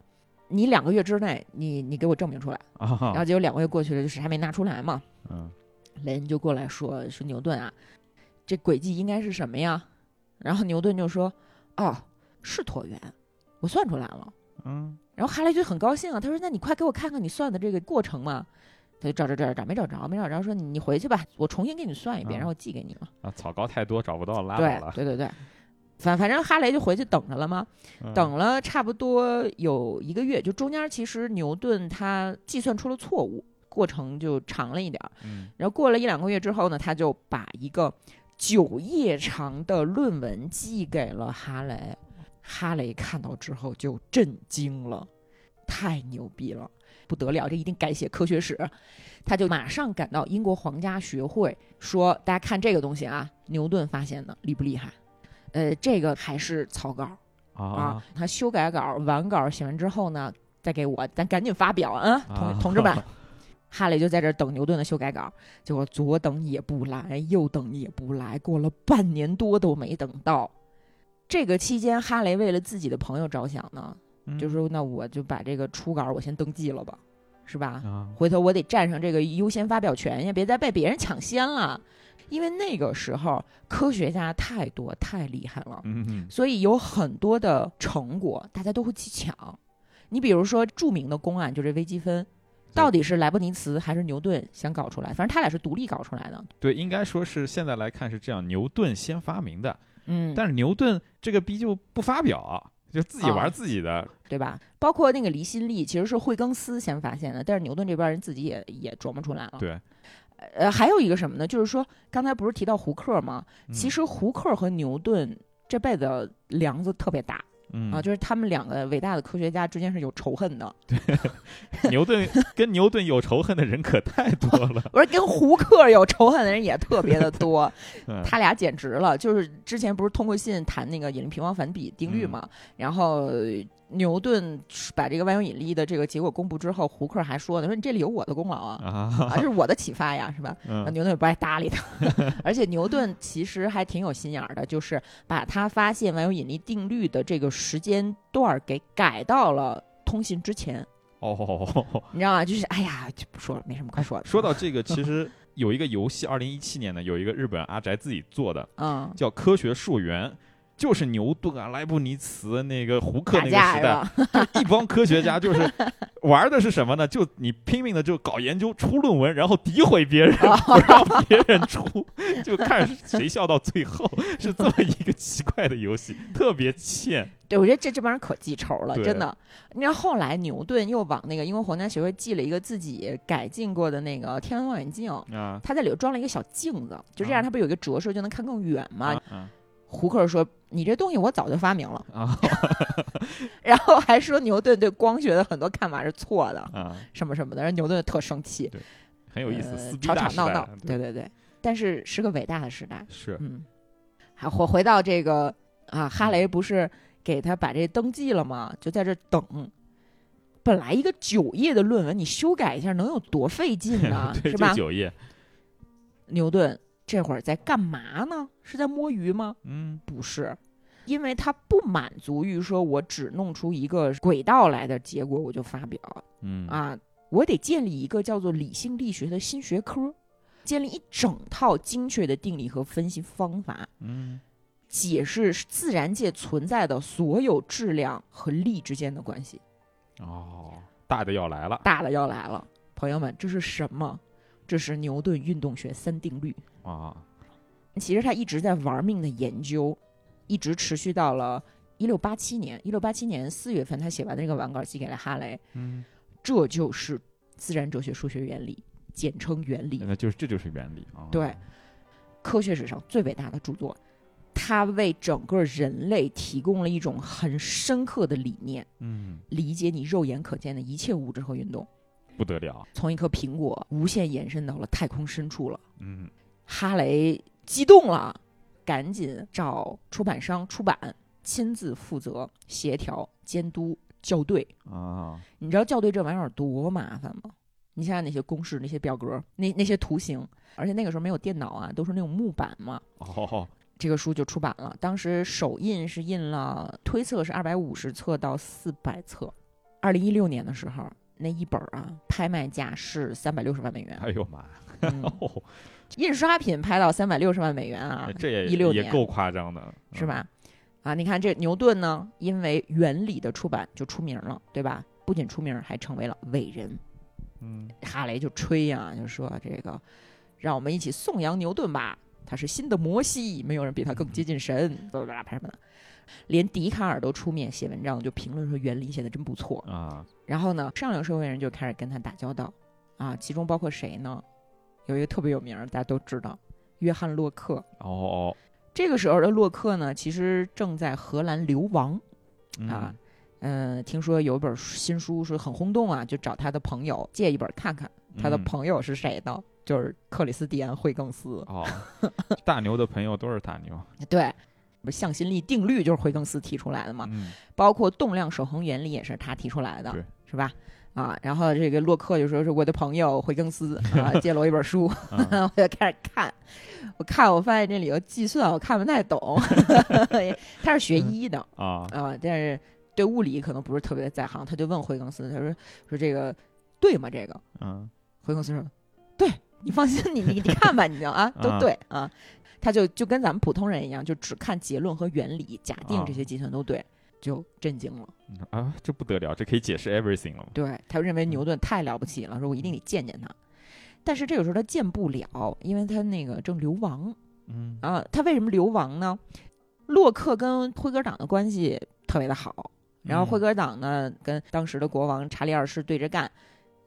你两个月之内，你你给我证明出来。然后啊！结果两个月过去了，就是还没拿出来嘛。嗯雷恩就过来说说牛顿啊，这轨迹应该是什么呀？然后牛顿就说，哦，是椭圆，我算出来了。嗯然后哈雷就很高兴啊，他说：“那你快给我看看你算的这个过程嘛。”他就找找找找找，没找着，没找着，说你你回去吧，我重新给你算一遍，嗯然后寄给你嘛。啊，草稿太多找不到，拉对倒了。对对对，反反正哈雷就回去等着了嘛，嗯等了差不多有一个月，就中间其实牛顿他计算出了错误，过程就长了一点儿。嗯然后过了一两个月之后呢，他就把一个九页长的论文寄给了哈雷。哈雷看到之后就震惊了，太牛逼了，不得了，这一定改写科学史。他就马上赶到英国皇家学会，说：“大家看这个东西啊，牛顿发现的，厉不厉害？呃，这个还是草稿啊啊，他修改稿、完稿写完之后呢，再给我，咱赶紧发表啊，同、啊同志 们。哈雷就在这儿等牛顿的修改稿，结果左等也不来，右等也不来，过了半年多都没等到。这个期间，哈雷为了自己的朋友着想呢，嗯就说：“那我就把这个初稿我先登记了吧，是吧？啊回头我得占上这个优先发表权呀，别再被别人抢先了。因为那个时候科学家太多太厉害了，嗯嗯所以有很多的成果大家都会去抢。你比如说著名的公案就是微积分，到底是莱布尼茨还是牛顿想搞出来？反正他俩是独立搞出来的。对，应该说是现在来看是这样，牛顿先发明的，嗯但是牛顿这个逼就不发表，就自己玩啊自己的。对吧？包括那个离心力，其实是惠更斯先发现的，但是牛顿这边人自己也也琢磨出来了。对，呃，还有一个什么呢？就是说刚才不是提到胡克吗？其嗯实胡克和牛顿这辈子梁子特别大嗯啊，就是他们两个伟大的科学家之间是有仇恨的。牛 顿跟牛顿有仇恨的人可太多了。我说跟胡克有仇恨的人也特别的多。 嗯他俩简直了，就是之前不是通过信谈那个引力平方反比定嗯律嘛，然后呃牛顿把这个万有引力的这个结果公布之后，胡克还说呢，说你这里有我的功劳啊，啊， 啊，这是我的启发呀，是吧？啊嗯牛顿也不爱搭理他， 而且牛顿其实还挺有心眼儿的，就是把他发现万有引力定律的这个时间段儿给改到了通信之前，哦，你知道吗？就是哎呀，就不说了，没什么快说的。哎说到这个，其实有一个游戏，二零一七年呢，有一个日本阿宅自己做的，嗯，叫《科学溯源》，就是牛顿啊、莱布尼茨那个胡克打那架个时是代，吧？一帮科学家就是 玩的是什么呢？就你拼命的就搞研究、出论文，然后诋毁别人，哦不让别人出，就看谁笑到最后，是这么一个奇怪的游戏，特别欠。对，我觉得这这帮人可记仇了，对真的。你知道后来牛顿又往那个英国皇家学会寄了一个自己改进过的那个天文望远镜，啊他在里头装了一个小镜子，就这样，啊他不是有一个折射就能看更远吗？啊啊胡克说：“你这东西我早就发明了。啊”然后还说牛顿对光学的很多看法是错 的，啊！什么什么的，让牛顿特生气，很有意思，呃撕逼吵大吵时闹代闹了，对对对。但是是个伟大的时代， 是嗯，还回回到这个啊，哈雷不是给他把这登记了吗？就在这等，本来一个九页的论文，你修改一下能有多费劲呢？ 嗯啊对，是就吧？九页，牛顿这会儿在干嘛呢？是在摸鱼吗？嗯不是，因为他不满足于说我只弄出一个轨道来的结果我就发表嗯，啊，我得建立一个叫做理性力学的新学科，建立一整套精确的定理和分析方法，嗯解释自然界存在的所有质量和力之间的关系。哦，大的要来了大的要来了，朋友们，这是什么？这是牛顿运动学三定律。啊，其实他一直在玩命的研究，一直持续到了一六八七年。一六八七年四月份，他写完的那个完稿寄给了哈雷，嗯，这就是自然哲学数学原理，简称原理，那就是这就是原理啊，对，科学史上最伟大的著作。他为整个人类提供了一种很深刻的理念，嗯，理解你肉眼可见的一切物质和运动，不得了，从一颗苹果无限延伸到了太空深处了。嗯哈雷激动了，赶紧找出版商出版，亲自负责协调、监督、校对。啊，你知道校对这玩意儿有多麻烦吗？你想想那些公式、那些表格、那那些图形，而且那个时候没有电脑啊，都是那种木板嘛。哦，这个书就出版了，当时首印是印了，推测是二百五十册到四百册。二零一六年的时候，那一本儿啊，拍卖价是三百六十万美元，哎呦妈呀，嗯哦，印刷品拍到三百六十万美元啊，这也16也年够夸张的，哎嗯是？吧？啊，你看这牛顿呢，因为原理的出版就出名了，对吧？不仅出名，还成为了伟人。嗯，哈雷就吹呀、就说这个，让我们一起颂扬牛顿吧，他是新的摩西，没有人比他更接近神，巴拉巴拉巴拉巴拉。连笛卡尔都出面写文章，就评论说原理写的真不错。啊，然后呢，上流社会人就开始跟他打交道，啊，其中包括谁呢？有一个特别有名儿，大家都知道，约翰洛克。哦哦，这个时候的洛克呢，其实正在荷兰流亡。嗯啊，嗯、听说有一本新书是很轰动啊，就找他的朋友借一本看看。他的嗯朋友是谁呢？就是克里斯蒂安·惠更斯。哦，大牛的朋友都是大牛，对，不是向心力定律就是惠更斯提出来的嘛， 嗯，包括动量守恒原理也是他提出来的对，是吧？啊，然后这个洛克就说是我的朋友惠更斯啊，借了我一本书， 啊我就开始看，我看我发现这里头计算我看不太懂， 他是学医的，啊，啊，但是对物理可能不是特别在行，他就问惠更斯，他说说这个对吗？这个嗯惠更斯说，对你放心，你你你看吧，你就 啊都啊对啊，他就就跟咱们普通人一样，就只看结论和原理，假定这啊些计算都对，就震惊了。啊，这不得了，这可以解释 everything 了嘛，对，他认嗯为牛顿太了不起了，说我一定得见见他。但是这个时候他见不了，因为他那个正流亡嗯啊。他为什么流亡呢？洛克跟辉格党的关系特别的好，然后嗯辉格党呢，跟当时的国王查理二世对着干，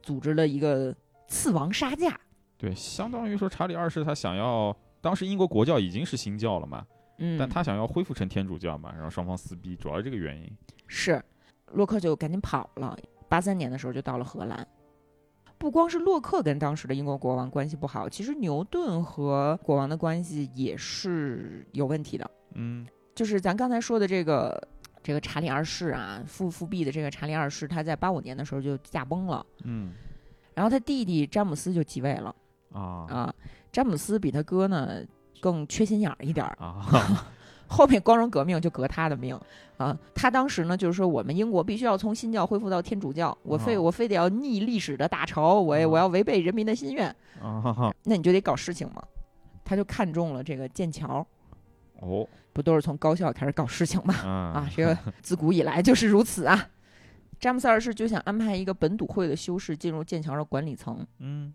组织了一个刺王杀驾。对，相当于说查理二世他想要，当时英国国教已经是新教了嘛，嗯，但他想要恢复成天主教嘛，然后双方撕逼，主要是这个原因。是洛克就赶紧跑了。八三年的时候就到了荷兰。不光是洛克跟当时的英国国王关系不好，其实牛顿和国王的关系也是有问题的。嗯就是咱刚才说的这个这个查理二世啊，复复辟的这个查理二世，他在八五年的时候就驾崩了，嗯然后他弟弟詹姆斯就继位了。啊啊，詹姆斯比他哥呢更缺心眼儿一点儿， 啊后面光荣革命就革他的命 啊。他当时呢就是说，我们英国必须要从新教恢复到天主教，我非、哦我非得要逆历史的大潮，我也哦我要违背人民的心愿，啊！那你就得搞事情嘛。他就看中了这个剑桥，哦，不都是从高校开始搞事情吗？啊啊，这个自古以来就是如此啊。詹姆斯二世就想安排一个本笃会的修士进入剑桥的管理层，嗯，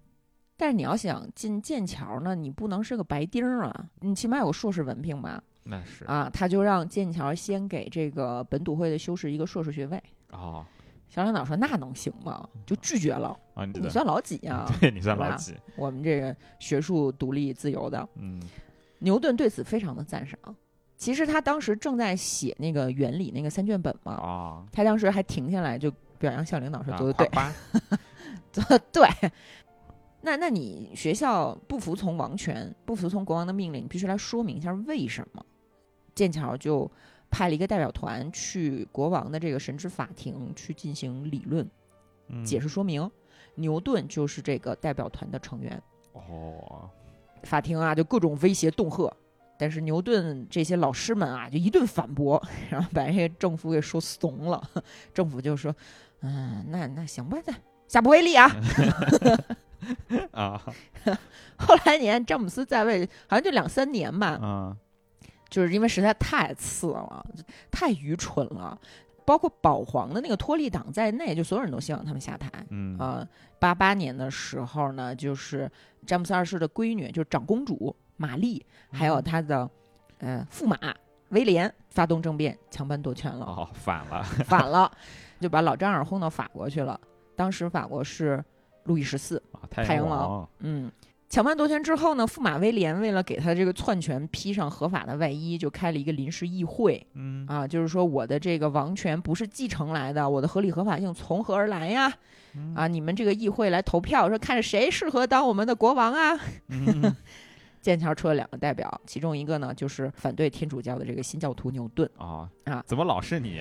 但是你要想进剑桥呢，你不能是个白丁儿啊，你起码有个硕士文凭吧？那是啊，他就让剑桥先给这个本笃会的修士一个硕士学位。啊小两脑说：“那能行吗？”就拒绝了。啊，你你的算老几 呀、对，你算是吧老几？我们这个学术独立自由的，嗯牛顿对此非常的赞赏。其实他当时正在写那个原理那个三卷本嘛，啊，他当时还停下来就表扬小领导说：“啊做的夸对，夸 对，那那你学校不服从王权，不服从国王的命令，你必须来说明一下为什么。剑桥就派了一个代表团去国王的这个神职法庭去进行理论，嗯解释说明，牛顿就是这个代表团的成员。哦，法庭啊就各种威胁恫吓，但是牛顿这些老师们啊就一顿反驳， 然后把这些政府给说怂了。 政府就说：“嗯，那那行吧，那下不为例啊。啊” 后来你看詹姆斯在位，好像就两三年吧，啊就是因为实在太次了，太愚蠢了。包括保皇的那个托利党在内，就所有人都希望他们下台。嗯呃，八八年的时候呢，就是詹姆斯二世的闺女，就是长公主玛丽，还有她的呃驸马威廉发动政变，强班夺权 了，哦反了，反了，就把老丈人轰到法国去了。当时法国是路易十四，啊太太阳阳王王嗯，抢班夺权之后呢，驸马威廉为了给他这个篡权披上合法的外衣，就开了一个临时议会嗯啊，就是说我的这个王权不是继承来的，我的合理合法性从何而来呀？嗯啊，你们这个议会来投票，说看谁适合当我们的国王啊？嗯剑桥出了两个代表，其中一个呢就是反对天主教的这个新教徒牛顿，啊 啊怎么老是你？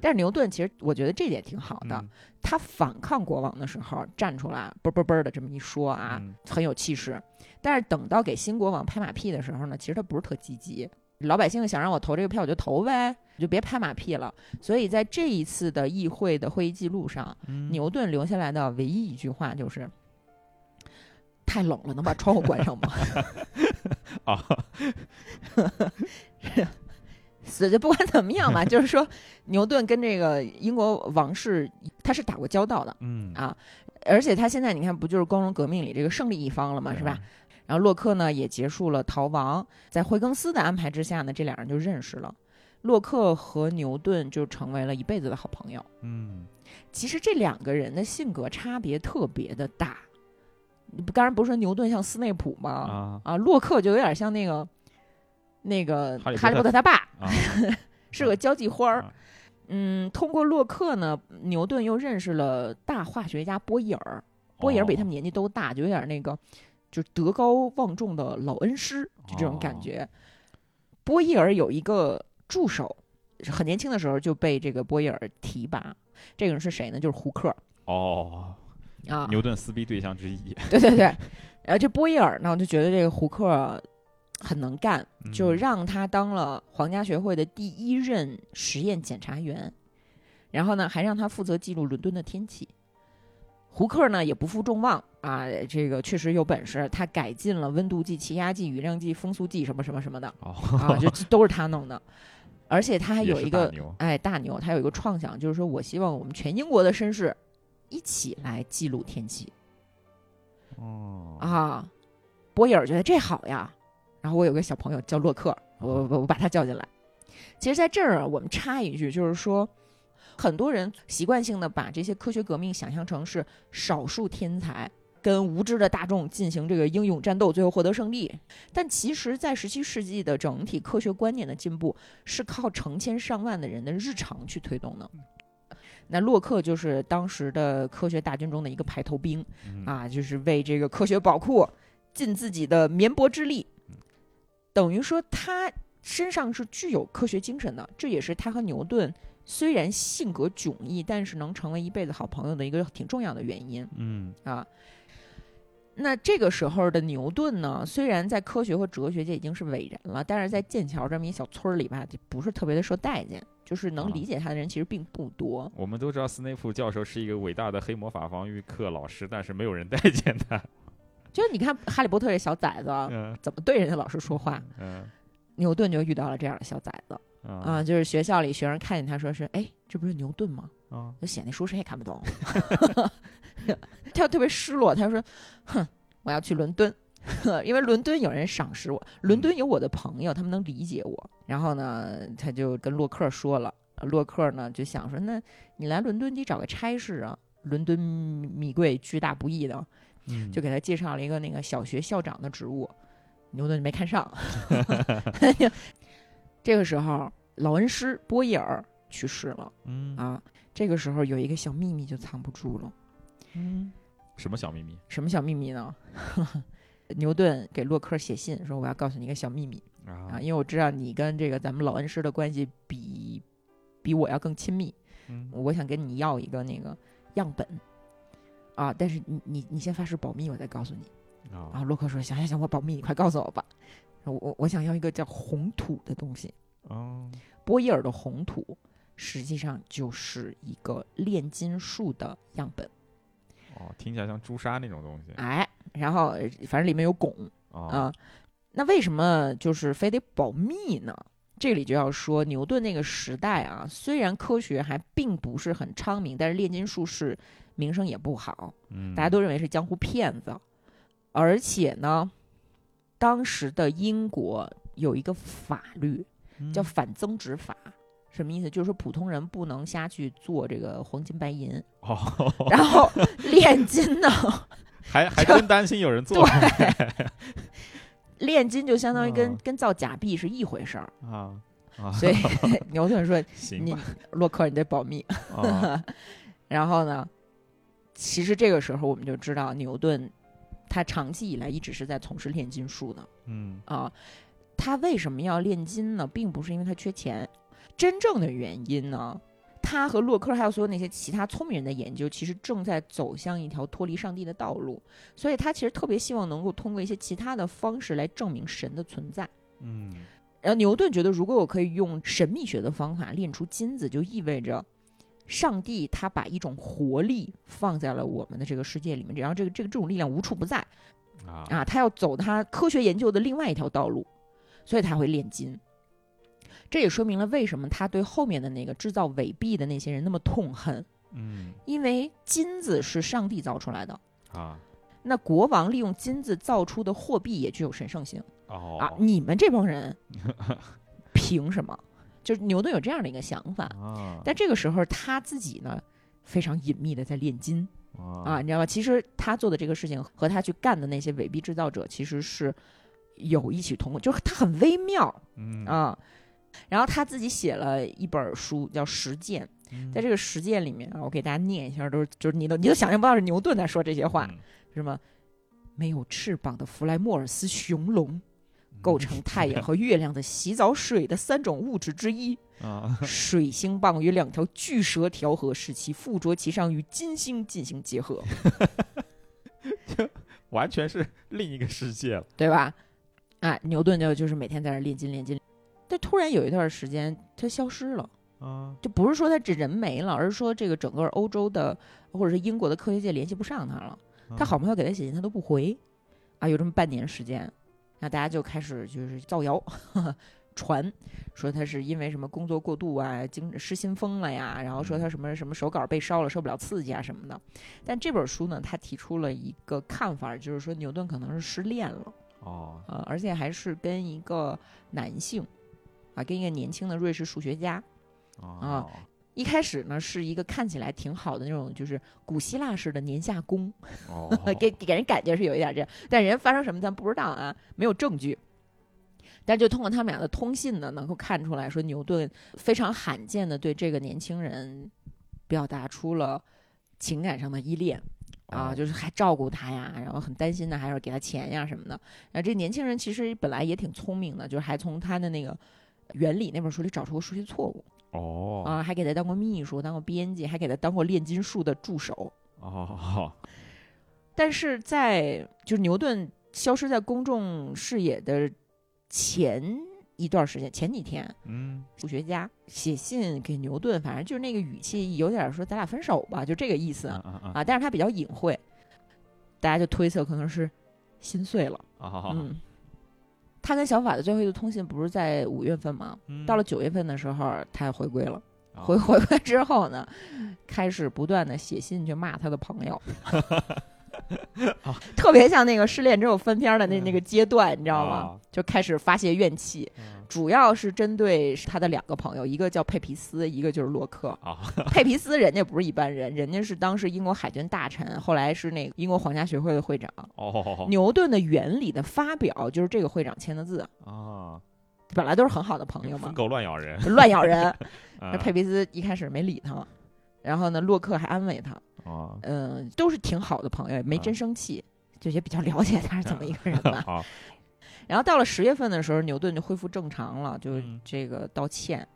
但是牛顿其实我觉得这点挺好的，嗯他反抗国王的时候站出来，啵啵啵的这么一说啊，嗯很有气势。但是等到给新国王拍马屁的时候呢，其实他不是特积极。老百姓想让我投这个票，我就投呗，就别拍马屁了。所以在这一次的议会的会议记录上，嗯牛顿留下来的唯一一句话就是：“太冷了，能把窗户关上吗？” 啊，死就不管怎么样吧，就是说，牛顿跟这个英国王室他是打过交道的，嗯啊而且他现在你看，不就是光荣革命里这个胜利一方了吗？啊啊是吧？？然后洛克呢也结束了逃亡，在惠更斯的安排之下呢，这俩人就认识了。洛克和牛顿就成为了一辈子的好朋友。嗯其实这两个人的性格差别特别的大。你不，刚才不是说牛顿像斯内普吗？啊啊洛克就有点像那个那个哈利波特哈利波特他爸，啊，是个交际花儿。啊嗯，通过洛克呢，牛顿又认识了大化学家波伊尔。波伊尔哦比他们年纪都大，就有点那个，就是德高望重的老恩师，就这种感觉。波伊尔有一个助手，很年轻的时候就被这个波伊尔提拔。这个人是谁呢？就是胡克哦，啊，牛顿撕逼对象之一，对对对。然后这波伊尔呢，就觉得这个胡克很能干，就嗯让他当了皇家学会的第一任实验检查员，然后呢，还让他负责记录伦敦的天气。胡克呢也不负众望啊，这个确实有本事，他改进了温度计、气压计、雨量计、风速计什么什么什么的啊，哦， 就这都是他弄的。而且他还也有是一大个牛哎大牛，他有一个创想，就是说我希望我们全英国的绅士一起来记录天气。哦啊，波伊尔觉得这好呀。然后我有个小朋友叫洛克，我我我把他叫进来。其实，在这儿啊我们插一句，就是说，很多人习惯性的把这些科学革命想象成是少数天才跟无知的大众进行这个英勇战斗，最后获得胜利。但其实，在十七世纪的整体科学观念的进步，是靠成千上万的人的日常去推动的。那洛克就是当时的科学大军中的一个排头兵，嗯啊，就是为这个科学宝库尽自己的绵薄之力，嗯等于说他身上是具有科学精神的，这也是他和牛顿虽然性格迥异，但是能成为一辈子好朋友的一个挺重要的原因嗯啊。那这个时候的牛顿呢，虽然在科学和哲学界已经是伟人了，但是在剑桥这么一小村儿里吧，就不是特别的受待见，就是能啊理解他的人其实并不多。我们都知道斯内普教授是一个伟大的黑魔法防御课老师，但是没有人待见他。就是你看《哈利波特》这小崽子啊 嗯怎么对人家老师说话，嗯牛顿就遇到了这样的小崽子啊、啊就是学校里学生看见他说是，哎，这不是牛顿吗？啊！就写那书谁也看不懂， 他就特别失落，他说，哼，我要去伦敦，因为伦敦有人赏识我，伦敦有我的朋友，他们能理解我。然后呢，他就跟洛克说了，洛克呢就想说，那你来伦敦得找个差事啊，伦敦米贵居大不易的，嗯就给他介绍了一个那个小学校长的职务，牛顿就没看 上。 这个时候，老恩师波伊尔去世了嗯啊。这个时候有一个小秘密就藏不住了，嗯，什么小秘密什么小秘密呢？ 牛顿给洛克写信说：“我要告诉你一个小秘密啊，啊？因为我知道你跟这个咱们老恩师的关系比比我要更亲密，嗯我想跟你要一个那个样本啊。但是你你你先发誓保密，我再告诉你啊。啊洛克说：“行行行，我保密，你快告诉我吧。我我我想要一个叫红土的东西。啊波伊尔的红土实际上就是一个炼金术的样本，哦，听起来像朱砂那种东西哎，然后呃反正里面有汞啊啊。那为什么就是非得保密呢？这里就要说牛顿那个时代啊，虽然科学还并不是很昌明，但是炼金术士名声也不好，嗯，大家都认为是江湖骗子。而且呢，当时的英国有一个法律嗯叫反增值法，什么意思？就是说普通人不能瞎去做这个黄金白银， 哦，然后炼金 呢，还还就真担心有人做对，炼金就相当于跟嗯跟造假币是一回事 儿。啊啊，所以牛顿说 行你吧洛克你得保密。啊 然后呢，其实这个时候我们就知道牛顿他长期以来一直是在从事炼金术的嗯啊。他为什么要炼金呢？并不是因为他缺钱，真正的原因呢，他和洛克还有所有那些其他聪明人的研究，其实正在走向一条脱离上帝的道路，所以他其实特别希望能够通过一些其他的方式来证明神的存在。嗯然后牛顿觉得，如果我可以用神秘学的方法炼出金子，就意味着上帝他把一种活力放在了我们的这个世界里面，然后这个这个这种力量无处不在啊啊，他要走他科学研究的另外一条道路，所以他会炼金。这也说明了为什么他对后面的那个制造伪币的那些人那么痛恨，嗯因为金子是上帝造出来的，啊那国王利用金子造出的货币也具有神圣性。哦啊，你们这帮人凭什么？就是牛顿有这样的一个想法，啊嗯但这个时候他自己呢非常隐秘的在炼金啊，啊你知道吧？其实他做的这个事情和他去干的那些伪币制造者其实是有异曲同工，就是他很微妙嗯啊。然后他自己写了一本书叫《实践》，嗯在这个《实践》里面啊，我给大家念一下，都是就是你都你都想象不到是牛顿在说这些嗯话，什么没有翅膀的弗莱莫尔斯雄龙。嗯构成太阳和月亮的洗澡水的三种物质之一。 啊水星棒与两条巨蛇调和，使其附着其上与金星进行结合，完全是另一个世界了对吧？啊，牛顿就就是每天在那儿炼金炼金，但突然有一段时间他消失了，啊就不是说他这人没了，而是说这个整个欧洲的或者是英国的科学界联系不上他了。啊嗯他好朋友给他写信，他都不回，啊，有这么半年时间，那大家就开始就是造谣， 传说他是因为什么工作过度啊，精失心疯了呀，然后说他什么什么手稿被烧了，受不了刺激啊什么的。但这本书呢，他提出了一个看法，就是说牛顿可能是失恋了哦啊，而且还是跟一个男性，啊，跟一个年轻的瑞士数学家。啊一开始呢，是一个看起来挺好的那种，就是古希腊式的年下攻，哦呃 给给人感觉是有一点这样，但人发生什么咱不知道啊，没有证据。但就通过他们俩的通信呢，能够看出来说，牛顿非常罕见的对这个年轻人表达出了情感上的依恋啊，哦就是还照顾他呀，然后很担心的，还是给他钱呀什么的。然后这年轻人其实本来也挺聪明的，就是还从他的那个原理那本书里找出过数学错误哦啊，还给他当过秘书，当过编辑，还给他当过炼金术的助手。哦但是在就是牛顿消失在公众视野的前一段时间，前几天，嗯数学家写信给牛顿，反正就是那个语气有点说“咱俩分手吧”，就这个意思啊啊。啊但是他比较隐晦，大家就推测可能是心碎了。啊啊嗯，他跟小法的最后一次通信不是在五月份吗？嗯到了九月份的时候，他回归了。啊回 哦回归之后呢，开始不断的写信去骂他的朋 友， 特别像那个失恋之后翻篇的那啊嗯那个阶段，你知道吗啊？。就开始发泄怨气，主要是针对他的两个朋友，一个叫佩皮斯，一个就是洛克 啊佩皮斯人家不是一般人，人家是当时英国海军大臣，后来是那个英国皇家学会的会长。哦牛顿的原理的发表就是这个会长签的字，啊本来都是很好的朋友嘛疯，狗乱咬人乱咬人。啊那佩皮斯一开始没理他嘛，然后呢，洛克还安慰他，啊嗯，都是挺好的朋友，也没真啊生气，就也比较了解他是怎么一个人吧。啊然后到了十月份的时候，牛顿就恢复正常了，就嗯这个道歉。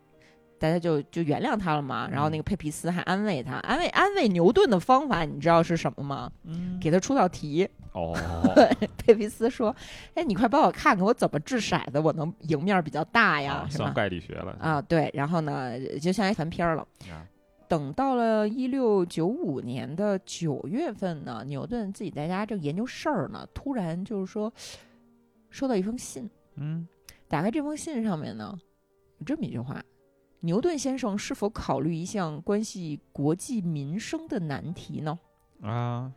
大家就就原谅他了嘛。然后那嗯个佩皮斯还安慰他，安慰安慰牛顿的方法，你知道是什么吗？嗯，给他出道题。哦， 佩皮斯说：“哎，你快帮我看看我怎么掷骰子，我能赢面比较大哎呀，啊是算吧？”概率学了啊，对。然后呢，就相当于翻篇儿了。啊等到了一六九五年的九月份呢，牛顿自己在家正研究事儿呢，突然就是说收到一封信，嗯，打开这封信上面呢有这么一句话：牛顿先生是否考虑一项关系国计民生的难题呢？啊，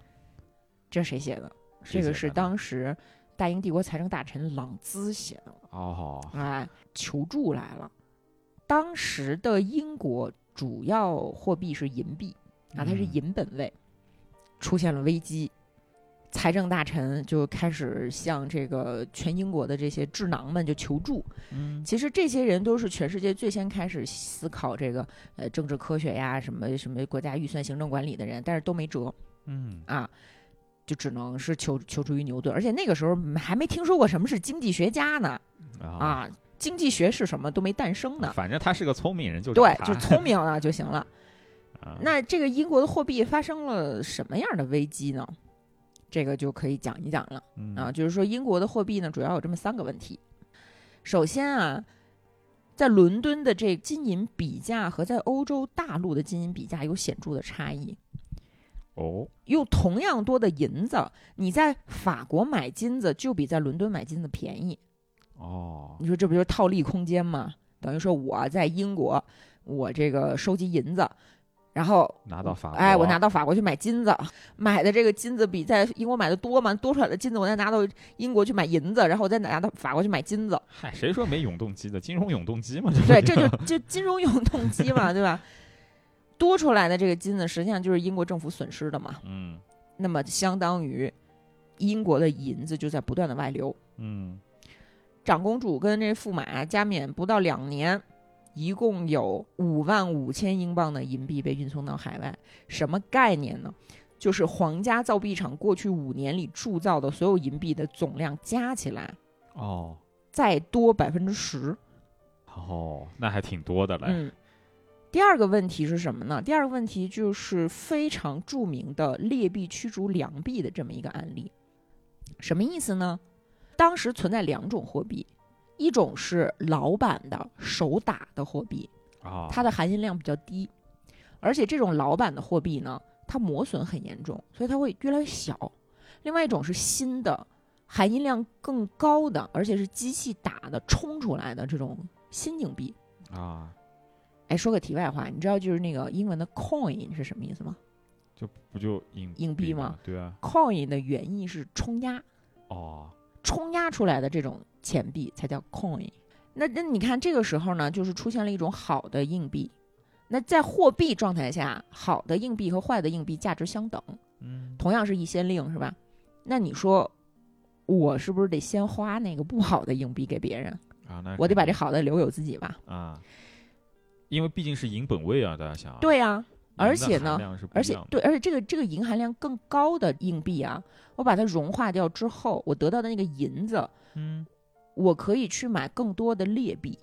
这是谁写的？谁这个写是的当时大英帝国财政大臣朗兹写的。哦，哎，求助来了。当时的英国主要货币是银币啊，它是嗯银本位，出现了危机。财政大臣就开始向这个全英国的这些智囊们就求助。嗯其实这些人都是全世界最先开始思考这个呃政治科学呀、什么什么国家预算行政管理的人，但是都没辙嗯啊，就只能是求求助于牛顿。而且那个时候还没听说过什么是经济学家呢，啊，啊，经济学是什么都没诞生呢。反正他是个聪明人，就找对，他就聪明了就行了。啊那这个英国的货币发生了什么样的危机呢？这个就可以讲一讲了嗯啊。就是说，英国的货币呢，主要有这么三个问题。首先啊，在伦敦的这金银比价和在欧洲大陆的金银比价有显著的差异。哦，用同样多的银子，你在法国买金子就比在伦敦买金子便宜。哦，你说这不就是套利空间吗？等于说我在英国，我这个收集银子，然后拿到法国，哎，我拿到法国去买金子，买的这个金子比在英国买的多嘛，多出来的金子我再拿到英国去买银子，然后我再拿到法国去买金子，嗨，谁说没永动机的？金融永动机嘛，这不对，就这 就就 金融永动机嘛，对吧？多出来的这个金子，实际上就是英国政府损失的嘛，嗯那么相当于英国的银子就在不断的外流。嗯长公主跟这驸马加冕不到两年，一共有五万五千英镑的银币被运送到海外，什么概念呢？就是皇家造币厂过去五年里铸造的所有银币的总量加起来哦再多百分之十。哦，那还挺多的嘞，嗯，第二个问题是什么呢？第二个问题就是非常著名的劣币驱逐良币的这么一个案例，什么意思呢？当时存在两种货币，一种是老版的手打的货币，啊，它的含金量比较低，而且这种老版的货币呢，它磨损很严重，所以它会越来越小。另外一种是新的，含金量更高的，而且是机器打的冲出来的这种新硬币。啊，哎，说个题外话，你知道就是那个英文的 coin 是什么意思吗就不就硬硬币吗？对啊， ？coin 的原意是冲压，哦，冲压出来的这种钱币才叫 coin。那那你看这个时候呢，就是出现了一种好的硬币。那在货币状态下，好的硬币和坏的硬币价值相等，嗯，同样是一先令，是吧？那你说，我是不是得先花那个不好的硬币给别人？啊，那我得把这肯好的留给我自己吧？定啊，因为毕竟是银本位啊，大家想啊，对呀、银而的且含呢量是不而一且样的对，而且这个这个银含量更高的硬币啊，我把它融化掉之后，我得到的那个银子，嗯，我可以去买更多的劣币，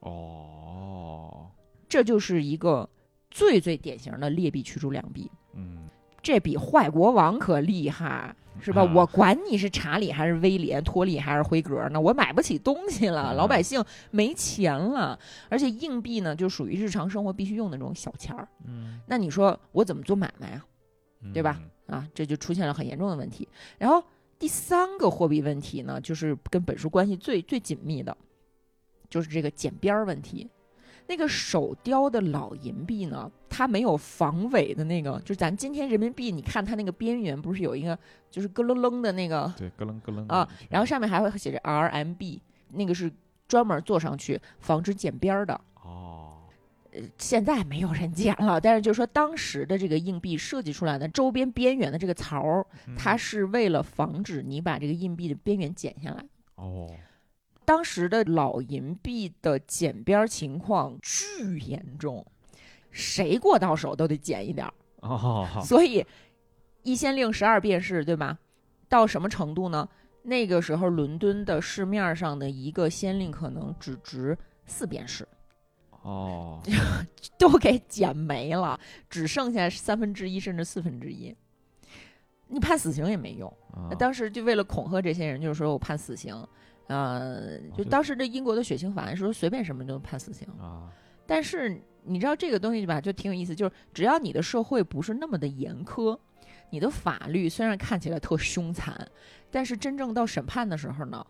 哦，这就是一个最最典型的劣币驱逐良币。嗯，这比坏国王可厉害，是吧？啊我管你是查理还是威廉、托利还是辉格呢，我买不起东西了， 老百啊姓没钱了，而且硬币呢，就属于日常生活必须用的那种小钱儿。嗯，那你说我怎么做买卖啊？对吧嗯？啊，这就出现了很严重的问题。然后第三个货币问题呢，就是跟本书关系最最紧密的，就是这个剪边儿问题。那个手雕的老银币呢，它没有防伪的那个，就是咱今天人民币，你看它那个边缘不是有一个就是咯楞楞的那个，对，咯楞咯楞啊的一圈然后上面还会写着 RMB，那个是专门做上去防止剪边儿的。呃哦，现在没有人 捡了，但是就是说当时的这个硬币设计出来的周边边缘的这个槽儿，嗯它是为了防止你把这个硬币的边缘剪下来。哦，当时的老银币的剪边儿情况巨严重，谁过到手都得剪一点儿。哦，所以一先令十二便是，对吧？到什么程度呢？那个时候伦敦的市面上的一个先令可能只值四便士， 哦，都给剪没了，只剩下三分之一甚至四分之一。你判死刑也没用，啊当时就为了恐吓这些人，就是说我判死刑。呃，就就当时这英国的血腥法案是说随便什么都判死刑，啊，但是你知道这个东西吧，就挺有意思，就是只要你的社会不是那么的严苛，你的法律虽然看起来特凶残，但是真正到审判的时候呢，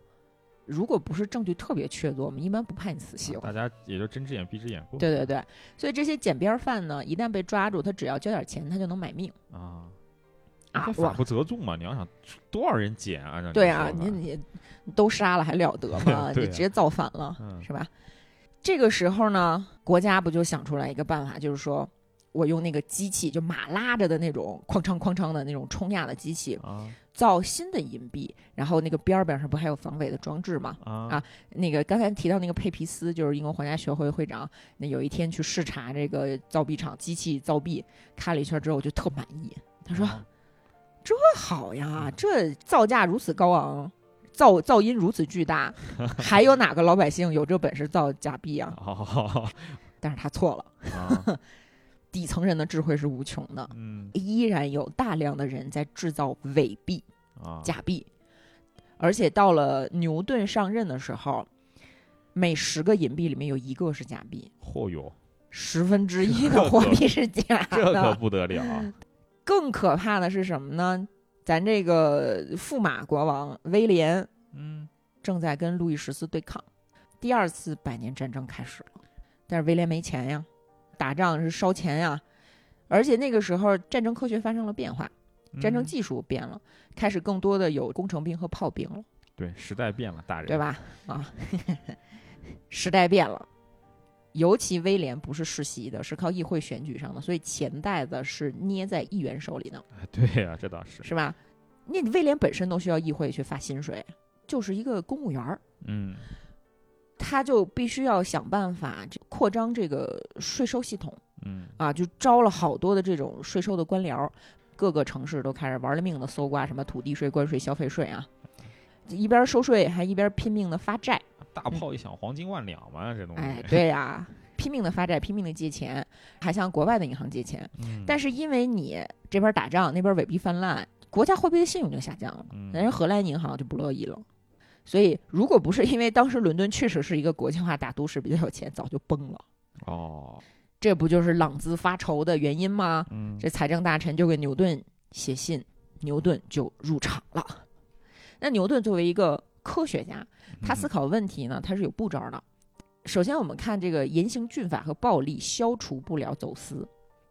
如果不是证据特别确凿，我们一般不判你死刑。大家也就睁只眼闭只眼过。对对对，所以这些剪边犯呢，一旦被抓住，他只要交点钱，他就能买命啊，啊这！法哇，不责众嘛，你要想多少人捡啊？按照对你啊，说你法你你都杀了还了 得吗？你对啊直接造反了。嗯是吧？这个时候呢，国家不就想出来一个办法，就是说我用那个机器，就马拉着的那种哐当哐当的那种冲压的机器，啊造新的银币，然后那个边儿边上不还有防伪的装置吗？啊啊那个刚才提到那个佩皮斯，就是英国皇家学会会长，那有一天去视察这个造币厂，机器造币，看了一圈之后就特满意，他说啊好呀，这造价如此高昂，噪噪音如此巨 大，还有哪个老百姓有这本事造假币啊？好好 好好但是他错了。啊，底层人的智慧是无穷的，嗯依然有大量的人在制造伪币、啊， 假币，而且到了牛顿上任的时候，每十个银币里面有一个是假币，嚯哟，十分之一这的可货币是假这可的。不得 了啊！更可怕的是什么呢？咱这个驸马国王威廉嗯，正在跟路易十四对抗，第二次百年战争开始了，但是威廉没钱呀，打仗是烧钱呀，而且那个时候战争科学发生了变化，战争嗯技术变了，开始更多的有工程兵和炮兵了，对时代变了，大人对？吧？啊， 时代变了，尤其威廉不是世袭的，是靠议会选举上的，所以钱袋子是捏在议员手里的，哎 对呀，这倒是，是吧？那威廉本身都需要议会去发薪水，就是一个公务员儿，嗯他就必须要想办法这扩张这个税收系统嗯啊，就招了好多的这种税收的官僚儿，各个城市都开始玩了命的搜刮什么土地税、关税、消费税啊，一边收税还一边拼命的发债。大炮一响，黄金万两嘛，这东西。 哎，对呀、拼命的发债，拼命的借钱，还向国外的银行借钱。嗯，但是因为你这边打仗，那边伪币泛滥，国家货币的信用就下降了。嗯人家荷兰银行就不乐意了。所以，如果不是因为当时伦敦确实是一个国际化大都市，比较有钱，早就崩了。哦，这不就是朗兹发愁的原因吗？嗯这财政大臣就给牛顿写信，牛顿就入场了。那牛顿作为一个科学家，嗯他思考问题呢，他是有步骤的。首先，我们看这个严刑峻法和暴力消除不了走私，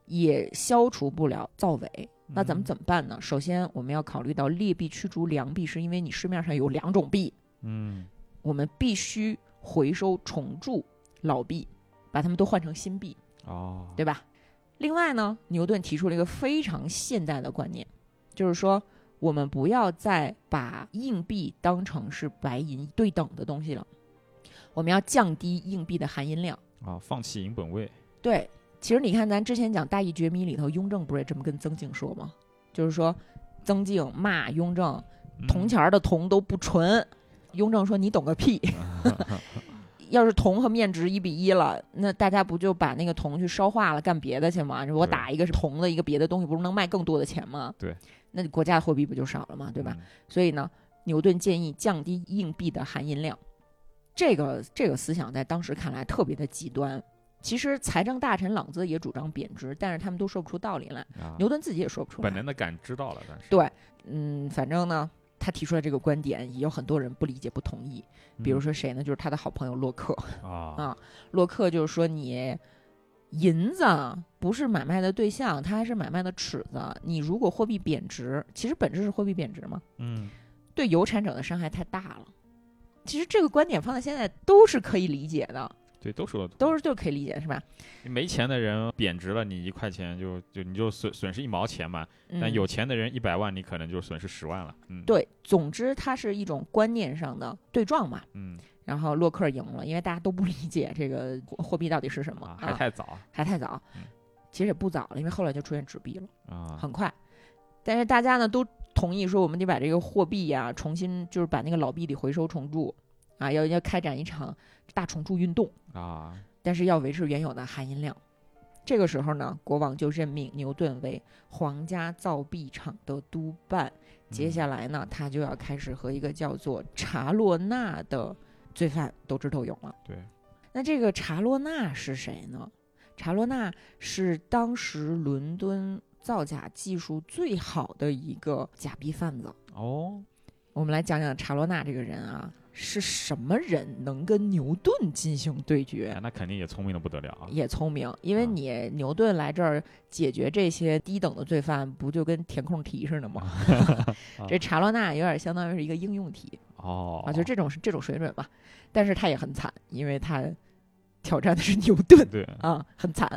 也消除不了造伪。那咱们嗯怎么办呢？首先，我们要考虑到劣币驱逐良币，是因为你市面上有两种币，嗯我们必须回收重铸老币，把它们都换成新币。哦对吧？另外呢，牛顿提出了一个非常现代的观念，就是说我们不要再把硬币当成是白银对等的东西了，我们要降低硬币的含银量。啊，放弃银本位对，其实你看，咱之前讲《大义觉迷》里头，雍正不是也这么跟曾静说吗？就是说，曾静骂雍正，嗯铜钱儿的铜都不纯，雍正说你懂个屁。嗯 要是铜和面值一比一了，那大家不就把那个铜去烧化了，干别的去吗？我对打一个是铜的一个别的东西，不是能卖更多的钱吗？对，嗯那国家的货币不就少了吗？对吧？？所以呢，牛顿建议降低硬币的含银量。这个这个思想在当时看来特别的极端。其实财政大臣朗兹也主张贬值，但是他们都说不出道理来，嗯啊牛顿自己也说不出来。本能的感知到了，但是对嗯，反正呢，他提出来这个观点，也有很多人不理解、不同意。比嗯如说谁呢？就是他的好朋友洛克。啊啊洛克就是说你。银子不是买卖的对象，它还是买卖的尺子。你如果货币贬值，其实本质是货币贬值嘛，嗯对有产者的伤害太大了。其实这个观点放在现在都是可以理解的，对，都说得通都是就是可以理解，是吧？没钱的人贬值了，你一块钱就就你就损损失一毛钱嘛，嗯、但有钱的人一百万，你可能就损失十万了。嗯，，对，总之它是一种观念上的对撞嘛。嗯然后洛克赢了，因为大家都不理解这个货货币到底是什么啊，还太早还太早嗯，其实也不早了，因为后来就出现纸币了，啊，很快。但是大家呢都同意说，我们得把这个货币呀、重新就是把那个老币得回收重铸啊，要要开展一场大重铸运动。啊，但是要维持原有的含银量。这个时候呢，国王就任命牛顿为皇家造币厂的督办。接嗯下来呢，他就要开始和一个叫做查洛纳的罪犯斗智斗勇了。对，那这个查洛纳是谁呢？查洛纳是当时伦敦造假技术最好的一个假币贩子。哦，我们来讲讲查洛纳这个人啊，是什么人能跟牛顿进行对决哎？那肯定也聪明的不得了啊。也聪明，因为嗯你牛顿来这儿解决这些低等的罪犯，不就跟填空题似的吗？ 这查洛纳有点相当于是一个应用题啊哦，啊，就这种这种水准吧。但是他也很惨，因为他挑战的是牛顿对，啊，很惨。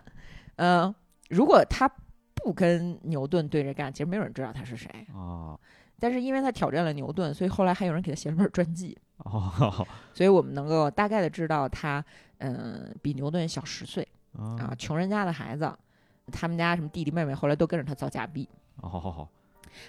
呃，如果他不跟牛顿对着干，其实没有人知道他是谁。啊，但是因为他挑战了牛顿，所以后来还有人给他写了本传记。啊哦，所以我们能够大概的知道他，嗯，比牛顿小十岁啊，啊，穷人家的孩子，他们家什么弟弟妹妹后来都跟着他造假币。哦好好好，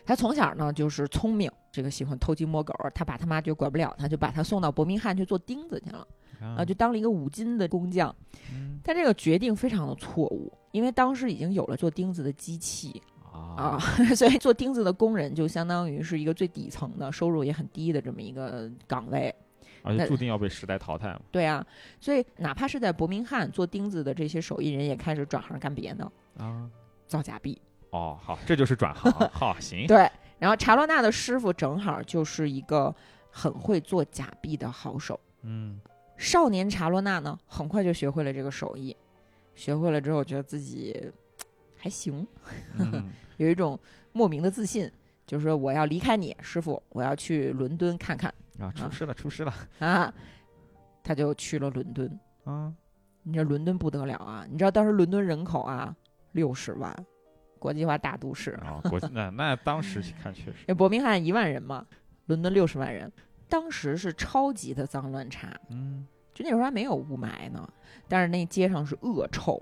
他从小呢就是聪明，这个喜欢偷鸡摸狗，他爸他妈就管不了他，就把他送到伯明翰去做钉子去了啊，啊就当了一个五金的工匠。嗯但这个决定非常的错误，因为当时已经有了做钉子的机器啊 啊，，所以做钉子的工人就相当于是一个最底层的，收入也很低的这么一个岗位。而且那注定要被时代淘汰嘛。对啊，所以哪怕是在伯明翰做钉子的这些手艺人，也开始转行干别的，啊，造假币。哦，好，这就是 转行，好，行，对，然后查洛纳的师傅正好就是一个很会做假币的好手。嗯，少年查洛纳呢，很快就学会了这个手艺。学会了之后，觉得自己嘖还行， 嗯有一种莫名的自信，就是说我要离开你，师傅，我要去伦敦看看啊，出师了，出师了，啊。他就去了伦敦，啊，你知道伦敦不得了啊！你知道当时伦敦人口啊六十万，国际化大都市，啊，国际那那当时看确实，这伯明翰一万人嘛，伦敦六十万人，当时是超级的脏乱差，嗯，就那时候还没有雾霾呢，但是那街上是恶臭，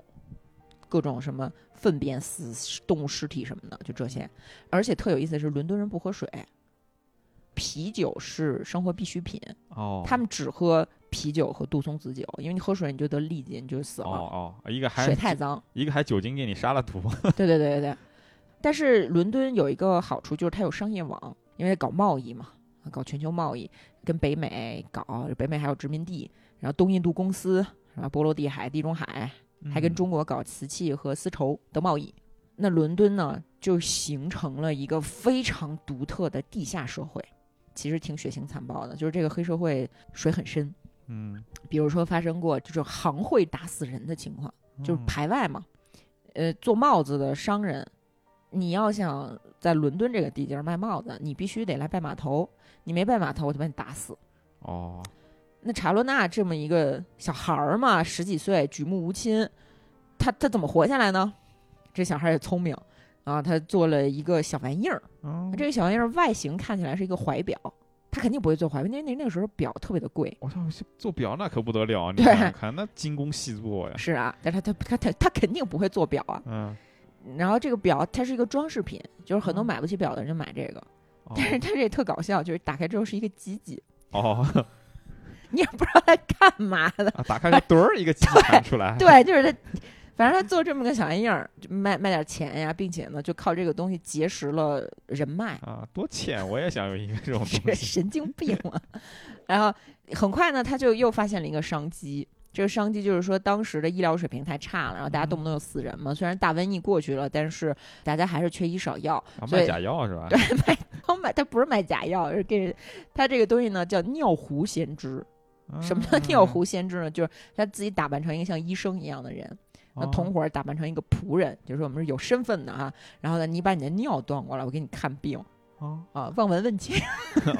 各种什么粪便、死动物尸体什么的，就这些。而且特有意思的是，伦敦人不喝水，啤酒是生活必需品，哦，他们只喝啤酒和杜松子酒，因为你喝水你就得痢疾，你就死了，哦哦，一个还水太脏。一个还酒精给你杀了毒，对对对对对。但是伦敦有一个好处就是它有商业网，因为搞贸易嘛，搞全球贸易，跟北美搞，北美还有殖民地，然后东印度公司是吧？波罗的海、地中海，还跟 嗯中国搞瓷器和丝绸的贸易。那伦敦呢，就形成了一个非常独特的地下社会，其实挺血腥残暴的，就是这个黑社会水很深。嗯，比如说发生过就是行会打死人的情况，就是嗯排外嘛。呃，做帽子的商人，你要想在伦敦这个地界儿卖帽子，你必须得来拜码头，你没拜码头，我就把你打死。哦，那查洛纳这么一个小孩儿嘛，十几岁，举目无亲，他他怎么活下来呢？这小孩儿也聪明啊，他做了一个小玩意儿，嗯这个小玩意儿外形看起来是一个怀表，他肯定不会做怀表，因为那那个时候表特别的贵。我操，做表那可不得了，啊你对想想看那精工细 作呀，是啊，但是他他他他肯定不会做表啊。嗯，然后这个表它是一个装饰品，就是很多嗯买不起表的人就买这个，哦但是它这特搞笑，就是打开之后是一个鸡鸡，哦，你也不知道它干嘛 的。啊打 开个墩儿一个鸡弹出来，对，就是它，反正它做这么个小玩意儿，就卖卖点钱呀，并且呢，就靠这个东西结识了人脉，啊，多浅，我也想有一个这种是东 西。神经病啊。 然后很快呢，他就又发现了一个商机。这个商机就是说，当时的医疗水平太差了，然后大家嗯动不动就死人嘛。虽然大瘟疫过去了，但是大家还是缺医少药，啊，所以卖假药是吧？对，卖他买他不是卖假药，是给他这个东西呢叫尿壶先知。啊什么叫尿？壶先知呢？就是他自己打扮成一个像医生一样的人，那哦同伙儿打扮成一个仆人，就是我们是有身份的啊。然后呢，你把你的尿端过来，我给你看病哦啊，望闻问切。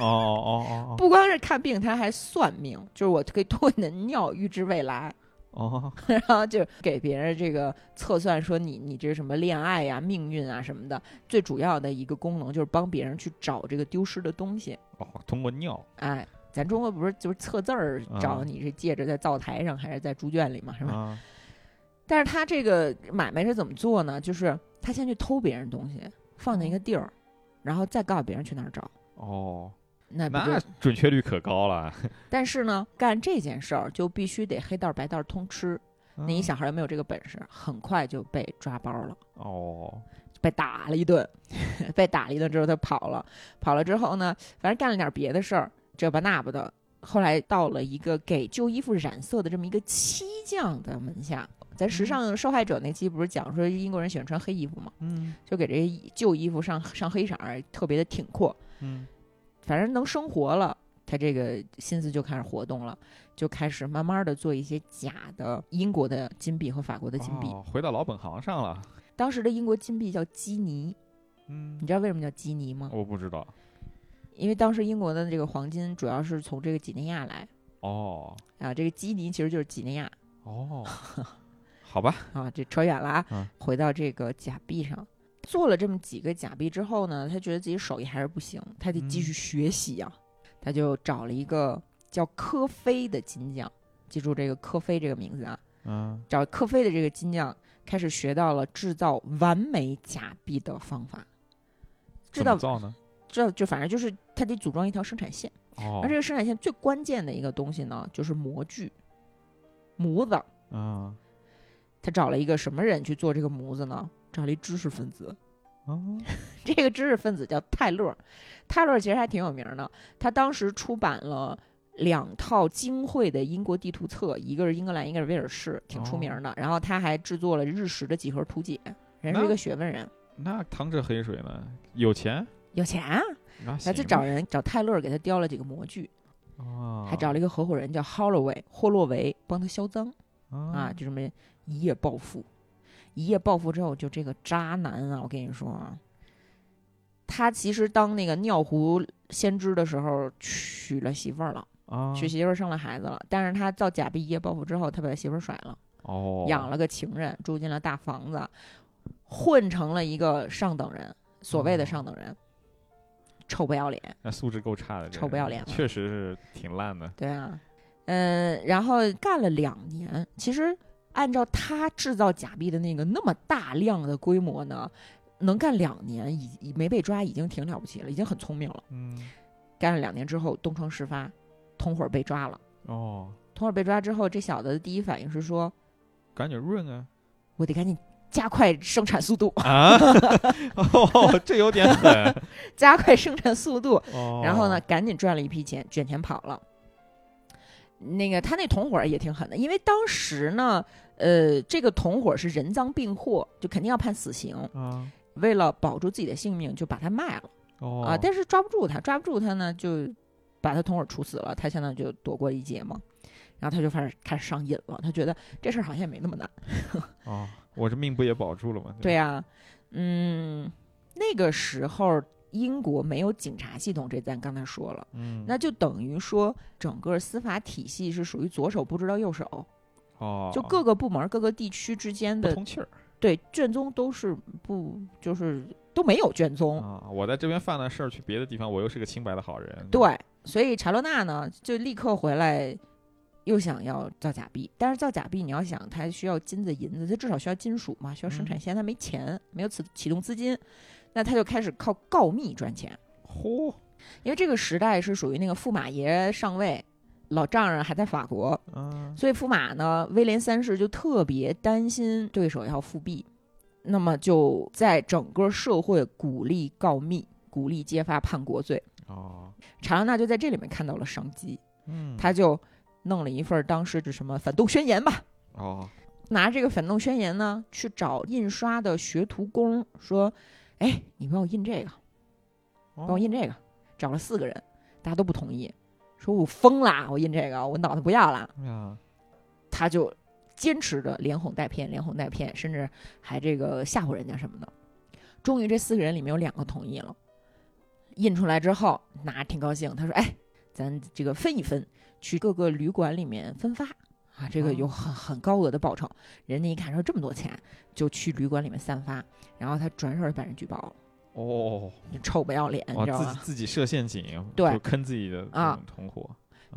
哦哦哦不光是看病，他还算命，就是我可以通过你的尿预知未来， 哦然后就给别人这个测算说你你这什么恋爱呀、命运啊什么的。最主要的一个功能就是帮别人去找这个丢失的东西。哦，通过尿哎，咱中国不是就是测字儿啊找你是借着在灶台上还是在猪圈里嘛，是吧？啊，但是他这个买卖是怎么做呢？就是他先去偷别人东西，放在一个地儿，然后再告诉别人去哪儿找。哦，那不那就？准确率可高了。嗯但是呢，干这件事儿就必须得黑道白道通吃。那一小孩又没有这个本事，很快就被抓包了，哦，被打了一顿， 被打了一顿之后他跑了，跑了之后呢，反正干了点别的事儿，这吧那吧的。后来到了一个给旧衣服染色的这么一个漆匠的门下，咱时尚受害者那期不是讲说英国人喜欢穿黑衣服吗？嗯就给这旧衣服上上黑色儿，特别的挺阔。嗯反正能生活了，他这个心思就开始活动了，就开始慢慢的做一些假的英国的金币和法国的金币。哦回到老本行上了，当时的英国金币叫基尼，嗯你，知道为什么叫基尼吗？我不知道，因为当时英国的这个黄金主要是从这个几内亚来哦啊，这个基尼其实就是几内亚哦， 好吧，啊，这扯远了啊，嗯回到这个假币上。做了这么几个假币之后呢，他觉得自己手艺还是不行，他得嗯继续学习啊。他就找了一个叫科菲的金匠，记住这个科菲这个名字啊，嗯找科菲的这个金匠，开始学到了制造完美假币的方法。制怎么造造呢？制造就反正就是他得组装一条生产线，哦而，这个生产线最关键的一个东西呢，就是模具，模子。嗯他找了一个什么人去做这个模子呢？找了一知识分子， 哦这个知识分子叫泰勒。泰勒其实还挺有名的，他当时出版了。两套精惠的英国地图册，一个是英格兰，一个是威尔士，挺出名的。然后他还制作了日食的几何图解，人是一哦那个学问人。那淌着黑水呢，有钱，有钱啊！那他行就吧找人找泰勒给他雕了几个模具，哦还找了一个合伙人叫 Holloway 霍洛维帮他销赃啊，啊就这么一夜暴富。一夜暴富之后，就这个渣男啊，我跟你说啊，他其实当那个尿壶先知的时候娶了媳妇儿了，啊，娶媳妇儿生了孩子了，但是他造假币一夜暴富之后，他把媳妇儿甩了，哦，养了个情人，住进了大房子，混成了一个上等人，所谓的哦上等人，臭不要脸。那素质够差的，这臭不人要脸了确实是挺烂的，对啊，嗯，然后干了两年，其实按照他制造假币的那个那么大量的规模呢，能干两年已已没被抓，已经挺了不起了，已经很聪明了。嗯，干了两年之后，东窗事发，同伙被抓了。哦，同伙被抓之后，这小子的第一反应是说赶紧润 啊：“我得赶紧加快生产速度， 啊， 哦，这有点 狠，加快生产速度。”哦，然后呢，，赶紧赚了一批钱，卷钱跑了。那个他那同伙儿也挺狠的，因为当时呢，呃，这个同伙儿是人赃并获，就肯定要判死刑。啊，为了保住自己的性命，就把他卖了、哦，啊。但是抓不住他，抓不住他呢，就把他同伙儿处死了，他相当于就躲过一劫嘛。然后他就开始开始上瘾了，他觉得这事儿好像也没那么难。哦，我这命不也保住了吗？对吧，呀、嗯，那个时候英国没有警察系统，这咱刚才说了。嗯，那就等于说整个司法体系是属于左手不知道右手，哦，就各个部门、各个地区之间不的通气儿对卷宗都是不就是都没有卷宗，啊！我在这边犯了事儿，去别的地方我又是个清白的好人。，对，所以查洛娜呢就立刻回来。又想要造假币，但是造假币你要想，它需要金子、银子，它至少需要金属嘛，需要生嗯产线，它没钱，没有启启动资金，那他就开始靠告密赚钱。嚯，因为这个时代是属于那个驸马爷上位，老丈人还在法国，嗯，所以驸马呢，威廉三世就特别担心对手要复辟，那么就在整个社会鼓励告密，鼓励揭发叛国罪。哦，查拉纳就在这里面看到了商机，嗯，他就弄了一份当时的什么反动宣言吧，哦，拿这个反动宣言呢去找印刷的学徒工，说：“哎，你帮我印这个，帮我哦，印这个。”找了四个人，大家都不同意，说我疯啦，我印这个，我脑袋不要啦。哎呀，他就坚持着连哄带骗，连哄带骗，甚至还这个吓唬人家什么的。终于这四个人里面有两个同意了，印出来之后，那挺高兴。他说：“哎，咱这个分一分，去各个旅馆里面分发啊，这个哦有很很高额的报酬。”人家一看说这么多钱，就去旅馆里面散发。然后他转手就把人举报了，哦，就臭不要脸，你哇，知道哦自己吗？自己设陷阱，对就坑自己的啊这种同伙。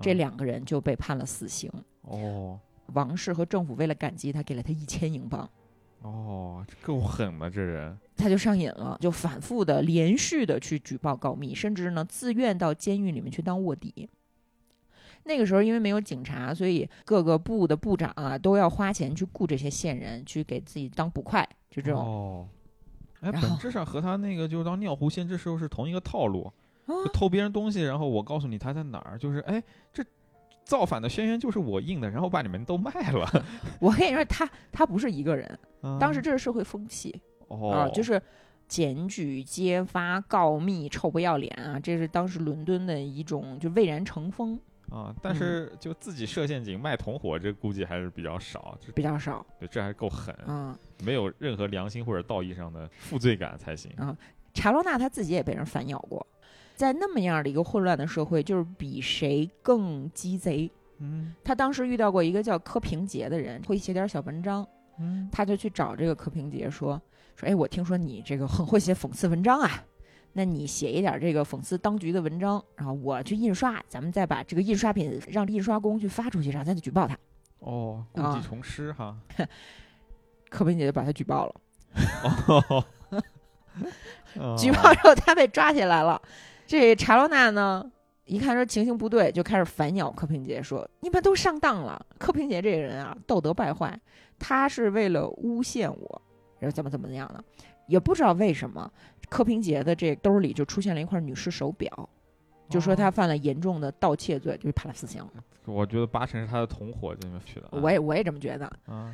这啊两个人就被判了死刑。哦王室和政府为了感激他，给了他一千英镑。哦，这够狠的这人。他就上瘾了，就反复的、连续的去举报告密，甚至呢自愿到监狱里面去当卧底。那个时候因为没有警察，所以各个部的部长啊都要花钱去雇这些线人，去给自己当捕快，就这种。哦，哎，然本后质上和他那个就是当尿壶县志时候是同一个套路，哦就偷别人东西，然后我告诉你他在哪儿，就是哎这。造反的宣言就是我印的，然后把你们都卖了。 我跟你说，他他不是一个人，啊当时这是社会风气啊哦，，就是检举、揭发、告密、臭不要脸啊，这是当时伦敦的一种就蔚然成风，啊，嗯但是就自己设陷阱卖同伙，这估计还是比较少，这比较少对这还够狠，啊。没有任何良心或者道义上的负罪感才行。啊查洛娜她自己也被人反咬过，在那么样的一个混乱的社会，就是比谁更鸡贼。嗯她当时遇到过一个叫柯平杰的人，会写点小文章，嗯，她就去找这个柯平杰说说，哎，我听说你这个很会写讽刺文章啊，那你写一点这个讽刺当局的文章，然后我去印刷，咱们再把这个印刷品让印刷工去发出去，然后再去举报他。哦，故啊技重 施哈。柯平杰就把他举报了， 哦， 哦举报之后他被抓起来了。这查洛娜呢，一看说情形不对，就开始反咬柯平杰说：“你们都上当了！柯平杰这个人啊，道德败坏，他是为了诬陷我，然后怎么怎么样呢？也不知道为什么，柯平杰的这兜里就出现了一块女士手表，就哦说他犯了严重的盗窃罪，就是判了死刑。我觉得八成是他的同伙这里面去的啊。我也我也这么觉得。啊，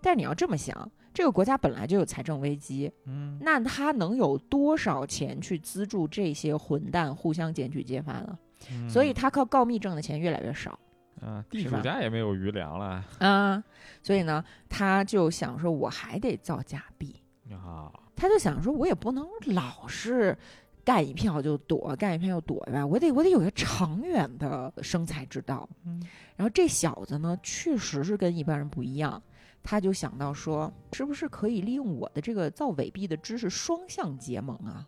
但是你要这么想，这个国家本来就有财政危机，嗯，那他能有多少钱去资助这些混蛋互相检举揭发呢？嗯所以他靠告密挣的钱越来越少啊，地是主吧家也没有余粮了啊，所以呢，他就想说，我还得造假币，啊。他就想说，我也不能老是干一票就躲，干一票就躲吧，我得我得有一个长远的生财之道。嗯然后这小子呢，确实是跟一般人不一样，他就想到说，是不是可以利用我的这个造伪币的知识双向结盟啊？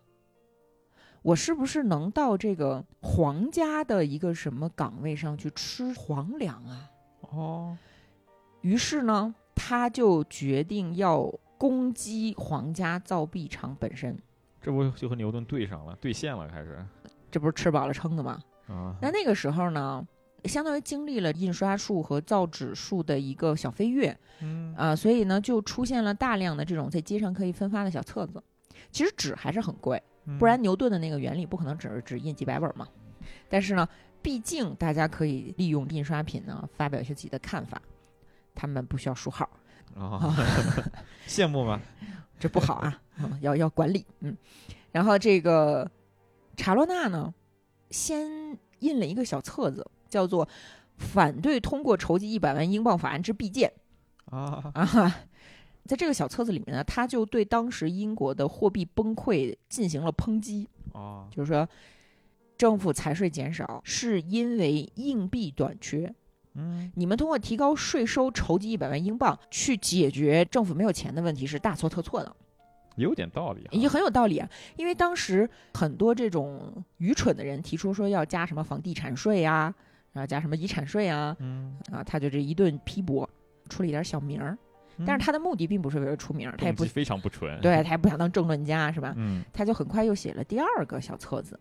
我是不是能到这个皇家的一个什么岗位上去吃皇粮啊？哦，于是呢，他就决定要攻击皇家造币厂本身。这不就和牛顿对上了，对线了，开始这不是吃饱了撑的吗？啊。那那个时候呢，相当于经历了印刷术和造纸术的一个小飞跃，嗯啊，所以呢，就出现了大量的这种在街上可以分发的小册子。其实纸还是很贵，嗯不然牛顿的那个原理不可能只是只印几百本嘛。但是呢，毕竟大家可以利用印刷品呢发表一些自己的看法，他们不需要书号，哦啊， 羡慕吗？这不好啊，嗯、要要管理。嗯，然后这个查洛娜呢，先印了一个小册子，叫做《反对通过筹集一百万英镑法案之必见》。啊，啊，在这个小册子里面呢，他就对当时英国的货币崩溃进行了抨击，哦，就是说，政府财税减少是因为硬币短缺， 嗯，你们通过提高税收筹集一百万英镑去解决政府没有钱的问题是大错特错的，有点道理哈。也很有道理啊。因为当时很多这种愚蠢的人提出说要加什么房地产税啊，然后加什么遗产税啊，嗯，啊，他就这一顿批驳，出了一点小名儿，但是他的目的并不是为了出名儿，他也嗯不动机非常不纯。对，他也不想当政论家是吧？嗯，他就很快又写了第二个小册子。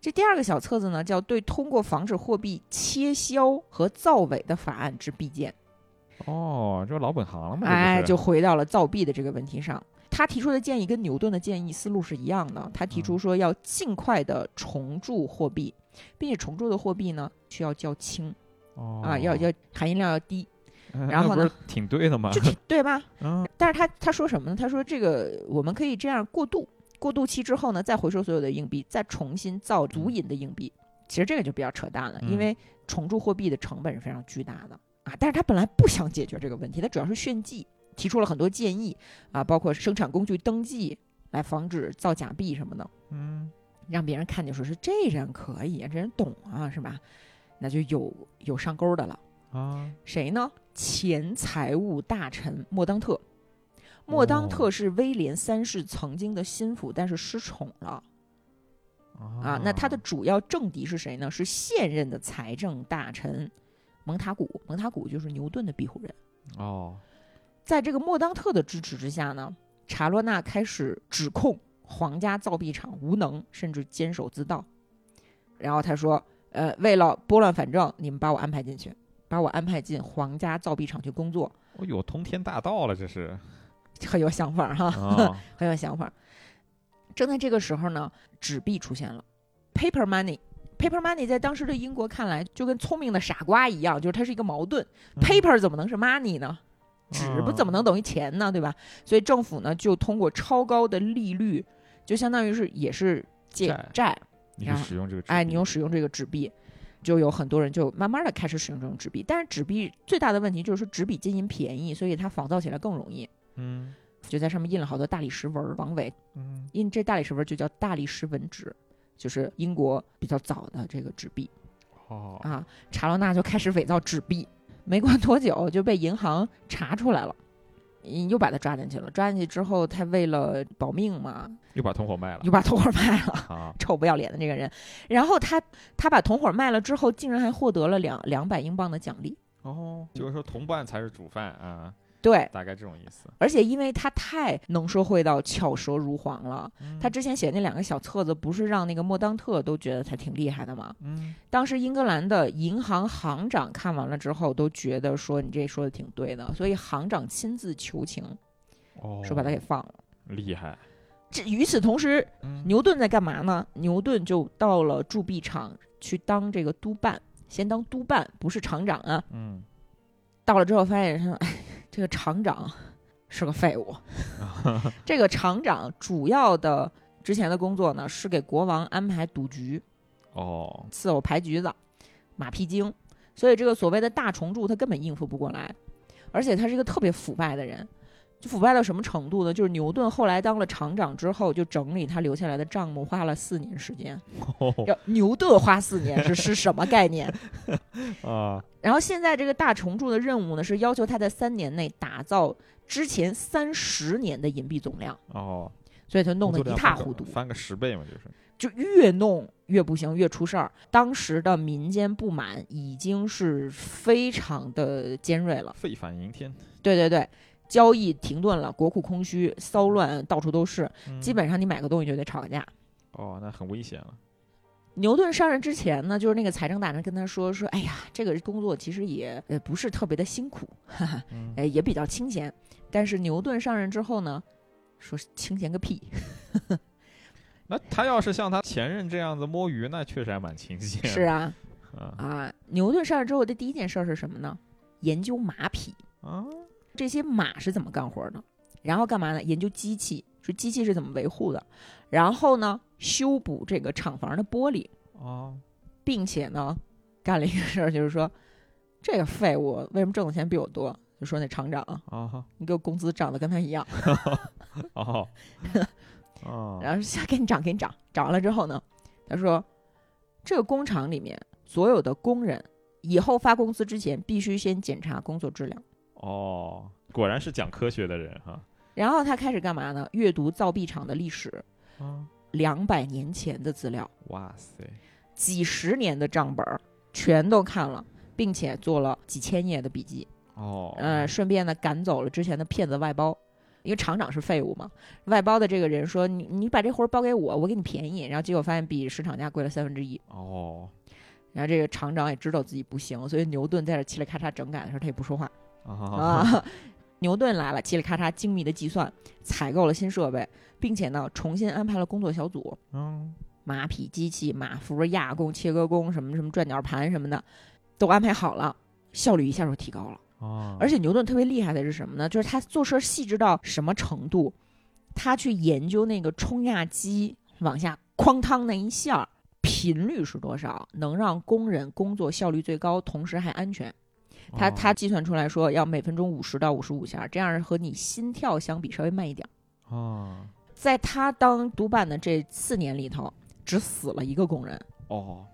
这第二个小册子呢，叫《对通过防止货币切销和造伪的法案之必见哦，这不老本行了》，嘛，哎，这就不回到了造币的这个问题上。他提出的建议跟牛顿的建议思路是一样的，他提嗯出说要尽快的重铸货币，并且重铸的货币呢需要较轻是哦啊，要要含金量要低，哎然那后不呢是挺对的嘛 就。挺对吧？嗯但是他他说什么呢？他说这个我们可以这样过渡，过渡期之后呢，再回收所有的硬币，再重新造足银的硬币。其实这个就比较扯淡了，嗯因为重铸货币的成本是非常巨大的啊。但是他本来不想解决这个问题，他主要是炫技，提出了很多建议啊，包括生产工具登记来防止造假币什么的，嗯，让别人看见说是这人可以，这人懂啊，是吧？那就有有上钩的了。啊，谁呢？前财务大臣莫当特。莫当特是威廉三世曾经的心腹，但是失宠了哦啊。那他的主要政敌是谁呢？是现任的财政大臣蒙塔古。蒙塔古就是牛顿的庇护人。哦，在这个莫当特的支持之下呢，查洛纳开始指控皇家造币厂无能，甚至监守自盗。然后他说：“呃，为了拨乱反正，你们把我安排进去，把我安排进皇家造币厂去工作，哦呦，通天大道了，这是很有想法儿哈、啊 很有想法儿。正在这个时候呢，纸币出现了，paper money。paper money 在当时的英国看来，就跟聪明的傻瓜一样，就是它是一个矛盾。paper 嗯怎么能是 money 呢？纸啊不怎么能等于钱呢？对吧？所以政府呢，就通过超高的利率，就相当于是也是借债债，你去啊使用这个纸币，哎，你用使用这个纸币，就有很多人就慢慢的开始使用这种纸币。但是纸币最大的问题就是纸比金银便宜，所以它仿造起来更容易，嗯就在上面印了好多大理石纹儿。王伟嗯印这大理石纹儿就叫大理石纹纸，就是英国比较早的这个纸币哦啊。查罗纳就开始伪造纸币，没过多久就被银行查出来了。嗯又把他抓进去了。抓进去之后，他为了保命嘛，又把同伙卖了又把同伙卖了。 啊，臭不要脸的这个人。然后他他把同伙卖了之后，竟然还获得了两两百英镑的奖励。哦，就是说同伴才是主犯啊，对，大概这种意思。而且因为他太能说会道、巧舌如簧了，嗯他之前写那两个小册子，不是让那个莫当特都觉得他挺厉害的吗？嗯当时英格兰的银行行长看完了之后，都觉得说你这说的挺对的，所以行长亲自求情，哦，说把他给放了。厉害，这与此同时，嗯牛顿在干嘛呢？牛顿就到了铸币厂去当这个督办，先当督办，不是厂长啊。嗯到了之后发现说，哎，这个厂长是个废物。这个厂长主要的之前的工作呢，是给国王安排赌局，哦，伺候牌局子、马屁精，所以这个所谓的大虫蛀他根本应付不过来，而且他是一个特别腐败的人。就腐败到什么程度呢？就是牛顿后来当了厂长之后，就整理他留下来的账目，花了四年时间。哦要牛顿花四年是是什么概念？ 啊，然后现在这个大虫蛀的任务呢，是要求他在三年内打造之前三十年的银币总量，哦，所以他弄得工作一量塌不可糊涂，翻个十倍嘛，就是就越弄越不行，越出事儿。当时的民间不满已经是非常的尖锐了，沸反盈天，对对对。交易停顿了，国库空虚，骚乱到处都是。嗯基本上你买个东西就得吵个架。哦，那很危险了。牛顿上任之前呢，就是那个财政大臣跟他说说，哎呀，这个工作其实也呃不是特别的辛苦，哈哈，嗯哎，也比较清闲。但是牛顿上任之后呢，说是清闲个屁，那他要是像他前任这样子摸鱼，那确实还蛮清闲。 是啊啊啊！牛顿上任之后的第一件事儿是什么呢？研究马匹，啊，这些马是怎么干活的，然后干嘛呢？研究机器，说机器是怎么维护的，然后呢，修补这个厂房的玻璃，哦，并且呢，干了一个事儿，就是说这个废物为什么挣的钱比我多？就说那厂长，哦，你给我工资涨得跟他一样。哦， 哦，然后下给你涨，给你涨，涨完了之后呢，他说，这个工厂里面所有的工人以后发工资之前，必须先检查工作质量。哦，果然是讲科学的人哈。然后他开始干嘛呢？阅读造币厂的历史，啊，两百年前的资料，哇塞，几十年的账本儿全都看了，并且做了几千页的笔记。哦，呃，顺便呢赶走了之前的骗子外包，因为厂长是废物嘛。外包的这个人说：“你你把这活儿包给我，我给你便宜。”然后结果发现比市场价贵了三分之一。哦，然后这个厂长也知道自己不行，所以牛顿在这嘁里咔嚓整改的时候，他也不说话啊，啊。 牛顿来了，嘁里咔嚓精密的计算，采购了新设备，并且呢重新安排了工作小组，嗯，马匹、机器、马服、压工、切割工什么什么转角盘什么的，都安排好了，效率一下就提高了。哦，而且牛顿特别厉害的是什么呢？就是他做事细致到什么程度，他去研究那个冲压机往下哐当那一下儿频率是多少，能让工人工作效率最高，同时还安全。他哦他计算出来说要每分钟五十到五十五下儿，这样和你心跳相比稍微慢一点儿。哦在他当督办的这四年里头，只死了一个工人。哦，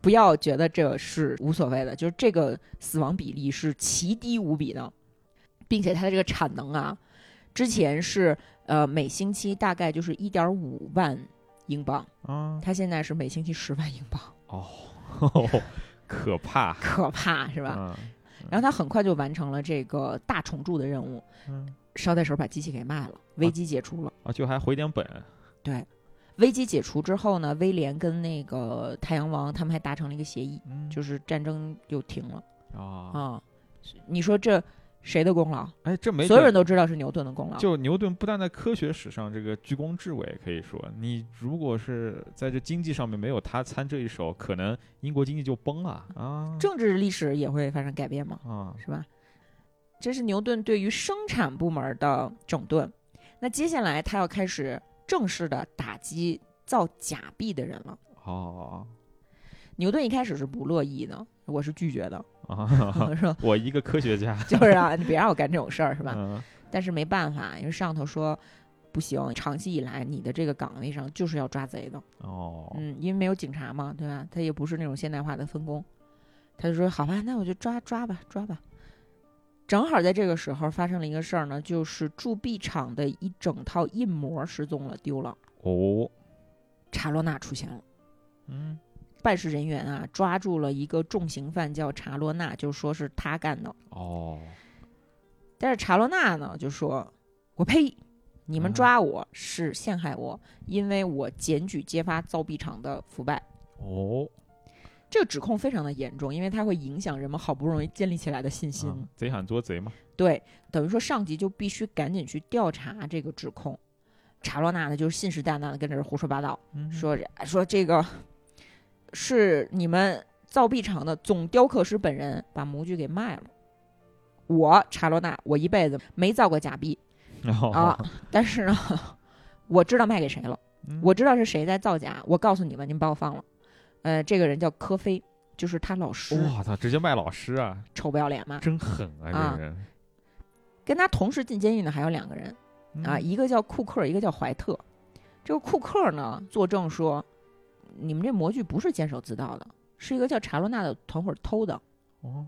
不要觉得这是无所谓的，就是这个死亡比例是奇低无比的，并且它的这个产能啊，之前是呃每星期大概就是一点五万英镑，啊它现在是每星期十万英镑， 哦，可怕，嗯可怕是吧？吧？然后他很快就完成了这个大虫蛀的任务，嗯捎带手把机器给卖了，危机解除了。啊，就还回点本，对，危机解除之后呢，威廉跟那个太阳王他们还达成了一个协议，嗯就是战争就停了啊，啊。你说这谁的功劳？哎，这没所有准人都知道是牛顿的功劳。就牛顿不但在科学史上这个居功至伟，可以说，你如果是在这经济上面没有他参这一手，可能英国经济就崩了啊。政治历史也会发生改变嘛，啊，是吧？这是牛顿对于生产部门的整顿。那接下来他要开始正式的打击造假币的人了。哦牛顿一开始是不乐意的，我是拒绝的，啊，我说 我一个科学家，就是啊，你别让我干这种事 儿，是吧？嗯但是没办法，因为上头说不行，长期以来你的这个岗位上就是要抓贼的，哦，嗯，因为没有警察嘛，对吧？他也不是那种现代化的分工，他就说好吧，那我就抓抓吧，抓吧。正好在这个时候发生了一个事儿呢，就是铸币厂的一整套印模失踪了，丢了。哦，查洛娜出现了，嗯，办事人员啊抓住了一个重刑犯叫查洛娜，就说是他干的。哦，但是查洛娜呢就说：“我呸，你们抓我是陷害我，因为我检举揭发造币厂的腐败。哦，这个指控非常的严重，因为它会影响人们好不容易建立起来的信心。嗯啊贼喊捉贼嘛，对，等于说上级就必须赶紧去调查这个指控。查洛娜呢就是信誓旦旦的跟这儿胡说八道，嗯说哎说这个是你们造币厂的总雕刻师本人把模具给卖了。我查洛娜，我一辈子没造过假币，啊 哦，但是呢，我知道卖给谁了，嗯我知道是谁在造假。我告诉你们，你们把我放了。呃，这个人叫科菲，就是他老师，哇，他直接卖老师啊，臭不要脸嘛。真狠啊，啊这个人跟他同时进监狱的还有两个人嗯啊，一个叫库克，一个叫怀特。这个库克呢，作证说，你们这模具不是监守自盗的，是一个叫查洛纳的团伙偷的。哦，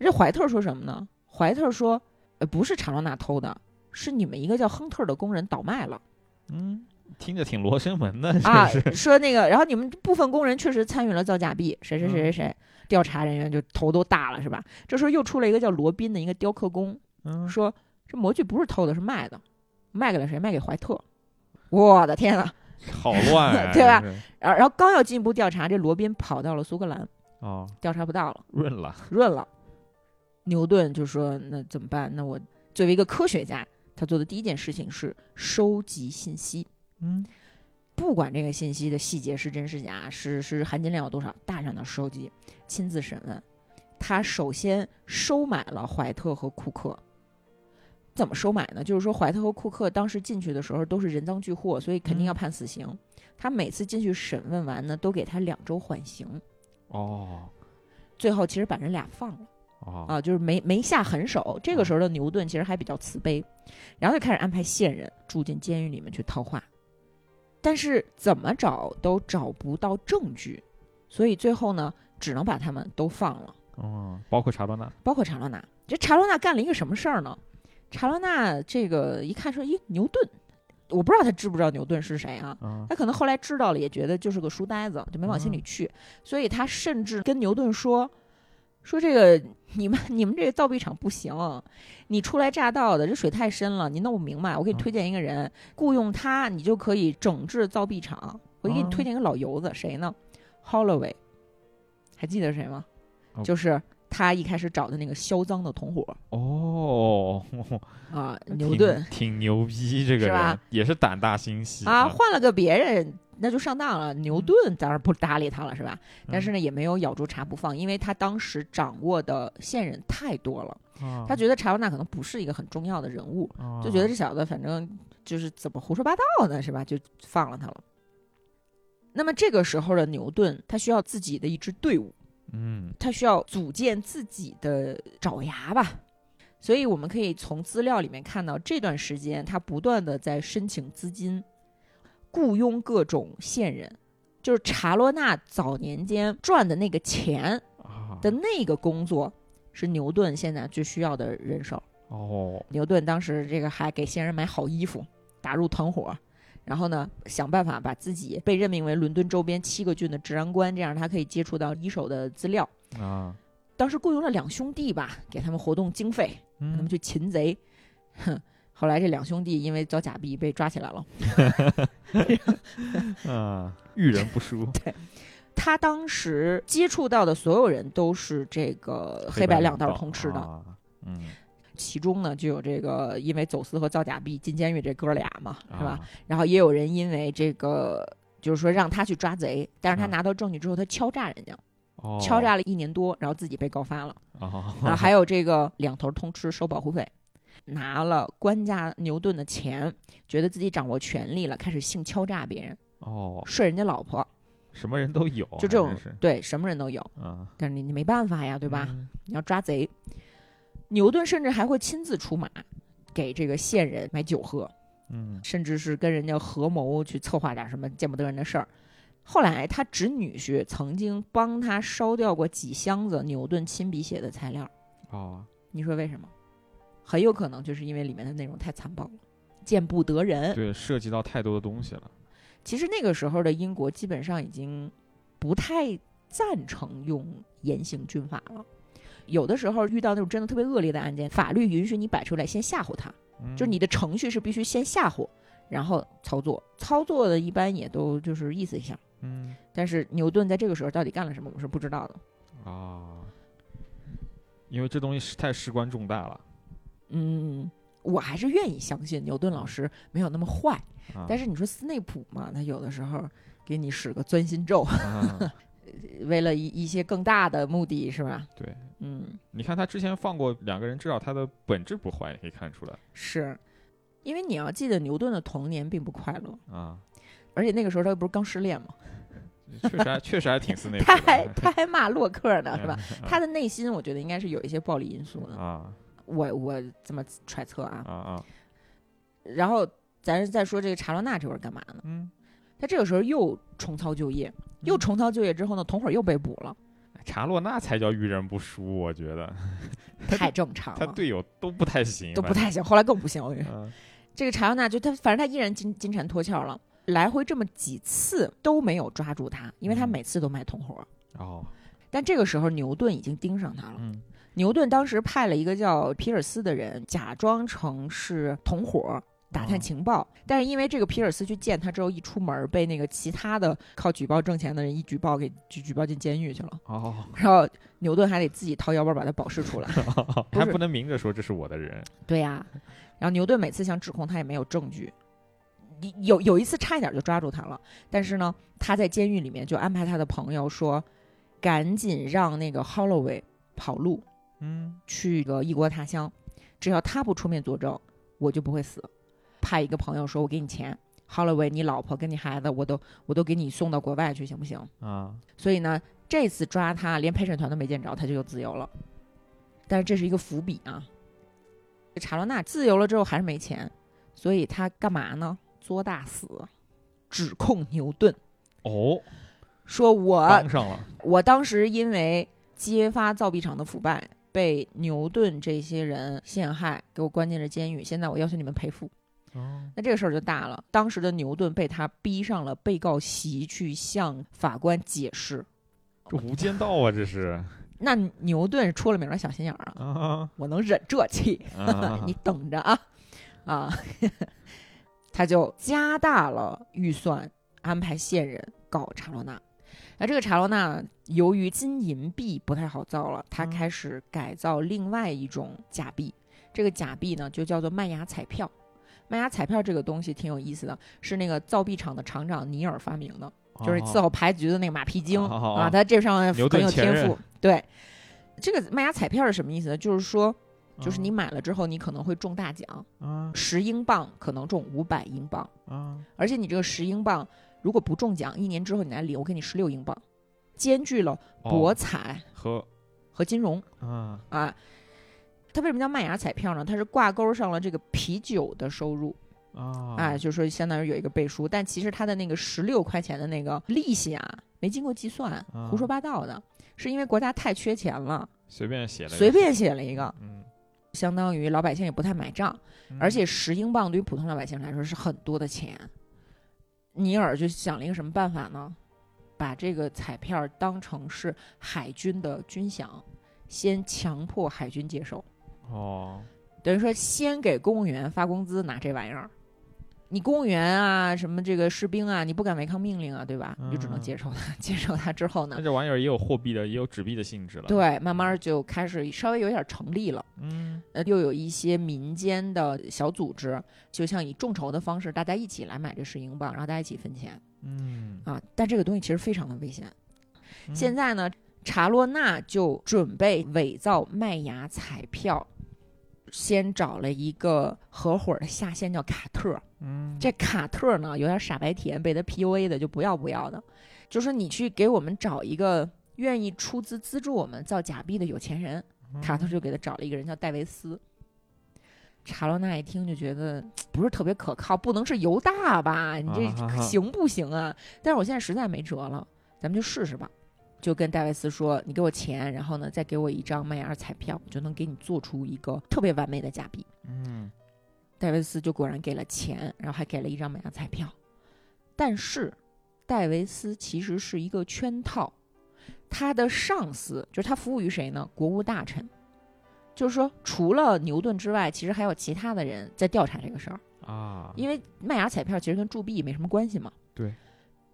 这怀特说什么呢？怀特说，呃，不是查洛纳偷的，是你们一个叫亨特的工人倒卖了。嗯，听着挺罗生门的，啊这是，说那个，然后你们部分工人确实参与了造假币，谁谁谁谁嗯谁，调查人员就头都大了，是吧？这时候又出来一个叫罗宾的一个雕刻工，嗯，说这模具不是偷的，是卖的，卖给了谁？卖给怀特。我的天啊！，好乱啊 对吧这是？然后然后刚要进一步调查，这罗宾跑到了苏格兰，哦，调查不到了，润了，润了。牛顿就说：“那怎么办？那我作为一个科学家，他做的第一件事情是收集信息。嗯，不管这个信息的细节是真是假，是是含金量有多少，大量的收集，亲自审问。他首先收买了怀特和库克。怎么收买呢？就是说，怀特和库克当时进去的时候都是人赃俱获，所以肯定要判死刑。他每次进去审问完呢，都给他两周缓刑，哦，最后其实把人俩放了哦，啊，就是没没下狠手。这个时候的牛顿其实还比较慈悲，然后就开始安排线人住进监狱里面去套话，但是怎么找都找不到证据，所以最后呢，只能把他们都放了，哦，包括查邦纳，包括查洛娜。这查洛娜干了一个什么事儿呢？查洛娜这个一看说，咦，牛顿，我不知道他知不知道牛顿是谁啊？嗯，他可能后来知道了，也觉得就是个书呆子，就没往心里去。所以他甚至跟牛顿说：“说这个你们 你们这个造币厂不行，你初来乍到的，这水太深了，你弄不明白。我给你嗯推荐一个人，雇佣他，你就可以整治造币厂。我给你嗯推荐一个老油子，谁呢？Holloway，还记得谁吗？哦就是他一开始找的那个销赃的同伙哦，啊，挺牛顿挺牛逼，这个是吧人也是胆大心细啊，换了个别人，那就上当了。牛嗯顿当然不搭理他了，是吧？但是呢，也没有咬住查不放，因为他当时掌握的线人太多了，他他觉得查罗纳可能不是一个很重要的人物，啊就觉得这小子反正就是怎么胡说八道呢，是吧？就放了他了。那么这个时候的牛顿，他需要自己的一支队伍，嗯，他需要组建自己的爪牙吧。所以我们可以从资料里面看到，这段时间他不断的在申请资金，雇佣各种线人。就是查洛纳早年间赚的那个钱啊的那个工作，是牛顿现在最需要的人手。哦，牛顿当时这个还给线人买好衣服，打入团伙，然后呢想办法把自己被任命为伦敦周边七个郡的治安官，这样他可以接触到一手的资料。啊，当时雇佣了两兄弟吧，给他们活动经费，让他们嗯，去擒贼。哼，后来这两兄弟因为遭假币被抓起来了。嗯，遇人 不淑，他当时接触到的所有人都是这个黑白两道通吃的，啊嗯，其中呢就有这个因为走私和造假币进监狱这哥俩嘛，是吧？啊？然后也有人因为这个。就是说让他去抓贼，但是他嗯拿到证据之后，他敲诈人家，哦，敲诈了一年多，然后自己被告发了。啊，然后 还有这个两头通吃收保护费，拿了官家牛顿的钱，觉得自己掌握权力了，开始性敲诈别人，哦，睡人家老婆，什么人都有，啊就这种还真是，对什么人都有，嗯，但是你你没办法呀，对吧？嗯？你要抓贼，牛顿甚至还会亲自出马，给这个线人买酒喝，嗯，甚至是跟人家合谋去策划点什么见不得人的事儿。后来，他侄女婿曾经帮他烧掉过几箱子牛顿亲笔写的材料。哦，你说为什么？很有可能就是因为里面的内容太残暴了，见不得人。对，涉及到太多的东西了，其实那个时候的英国基本上已经不太赞成用严刑峻法了。有的时候遇到那种真的特别恶劣的案件，法律允许你摆出来先吓唬他，嗯就是你的程序是必须先吓唬，然后操作。操作的一般也都就是意思一下。嗯但是牛顿在这个时候到底干了什么，我们是不知道的。啊，因为这东西是太事关重大了。嗯，我还是愿意相信牛顿老师没有那么坏。啊、但是、是你说斯内普嘛，他有的时候给你使个钻心咒，啊、为了一一些更大的目的，是吧？对，嗯，你看他之前放过两个人，至少他的本质不坏，也可以看出来是，因为你要记得牛顿的童年并不快乐，啊。而且那个时候他不是刚失恋吗？确实还确实还挺斯内 普他的， 还他还骂洛克呢，嗯是吧？？他的内心，我觉得应该是有一些暴力因素的， 啊我我这么揣测啊啊。啊，然后咱再说这个查罗纳这会儿干嘛呢？嗯，他这个时候又重操旧业，又嗯重操旧业之后呢，同伙又被捕了，查洛那才叫遇人不淑，我觉得太正常他了，队友都不太行，啊都不太行，后来更不行，我跟你说。嗯这个查奥纳就他，反正他依然金金蝉脱壳了，来回这么几次都没有抓住他，因为他嗯每次都卖同伙。哦，但这个时候，牛顿已经盯上他了。嗯牛顿当时派了一个叫皮尔斯的人，假装成是同伙打探哦情报。但是因为这个皮尔斯去见他之后，一出门被那个其他的靠举报挣钱的人一举报给举举报进监狱去了。哦，然后牛顿还得自己掏腰包把他保释出来。不还是不能明着说这是我的人，对呀、然后牛顿每次想指控他也没有证据，有有一次差一点就抓住他了，但是呢，他在监狱里面就安排他的朋友说，赶紧让那个 Holloway 跑路嗯去个异国他乡，只要他不出面作证，我就不会死。派一个朋友说，我给你钱，Holloway，你老婆跟你孩子我都我都给你送到国外去，行不行？啊，所以呢，这次抓他连陪审团都没见着，他就又自由了。但是这是一个伏笔啊。查罗纳自由了之后还是没钱，所以他干嘛呢？作大死，指控牛顿哦，说我、帮上了，我当时因为揭发造币厂的腐败，被牛顿这些人陷害，给我关进了监狱。现在我要求你们赔付。哦那这个事儿就大了。当时的牛顿被他逼上了被告席去向法官解释。这无间道啊，这是那牛顿是出了名的小心眼儿啊，啊我能忍这气，啊 你等着啊啊！他就加大了预算，安排线人搞查罗纳。那这个查罗纳由于金银币不太好造了，他嗯开始改造另外一种假币。这个假币呢，就叫做麦芽彩票。麦芽彩票这个东西挺有意思的，是那个造币厂的厂长尼尔发明的。就是伺哦候牌局的那个马屁精哦哦哦啊，他这上面牛很顿有前天任赋。 对，这个麦芽彩票是什么意思呢？就是说，就是嗯你买了之后，你可能会中大奖，啊十英镑可能中五百英镑，啊而且你这个十英镑如果不中奖，一年之后你来领，我给你十六英镑，兼具了哦博彩和和金融啊啊。它为什么叫麦芽彩票呢？它是挂钩上了这个啤酒的收入，啊哎，就是说相当于有一个背书，但其实它的那个十六块钱的那个利息啊，没经过计算，啊胡说八道的，是因为国家太缺钱了，随便写了一随个，便写了一个，嗯，相当于老百姓也不太买账，嗯而且十英镑对于普通老百姓来说是很多的钱。尼尔就想了一个什么办法呢？把这个彩票当成是海军的军饷，先强迫海军接收。哦，等于说先给公务员发工资拿这玩意儿。你公务员啊，什么这个士兵啊，你不敢违抗命令啊，对吧？你就只能嗯接受它。 接受它之后呢那，这玩意儿也有货币的，也有纸币的性质了。，对，慢慢就开始稍微有点成立了。嗯，呃，又有一些民间的小组织，就像以众筹的方式，大家一起来买这十英镑，然后大家一起分钱嗯，啊。但这个东西其实非常的危险。嗯现在呢，查洛纳就准备伪造麦芽彩票，先找了一个合伙的下线叫卡特儿。嗯这卡特儿呢，有点傻白甜，被他 PUA 的就不要不要的，就说你去给我们找一个愿意出资资助我们造假币的有钱人。嗯卡特就给他找了一个人叫戴维斯。查洛纳一听就觉得不是特别可靠，不能是犹大吧？你啊哈这哈行不行啊？但是我现在实在没辙了，咱们就试试吧。就跟戴维斯说：“你给我钱，然后呢，再给我一张麦芽彩票，我就能给你做出一个特别完美的假币。嗯，”戴维斯就果然给了钱，然后还给了一张麦芽彩票。但是，戴维斯其实是一个圈套，他的上司就是他服务于谁呢？国务大臣，就是说除了牛顿之外，其实还有其他的人在调查这个事儿，啊，因为麦芽彩票其实跟铸币没什么关系嘛。对，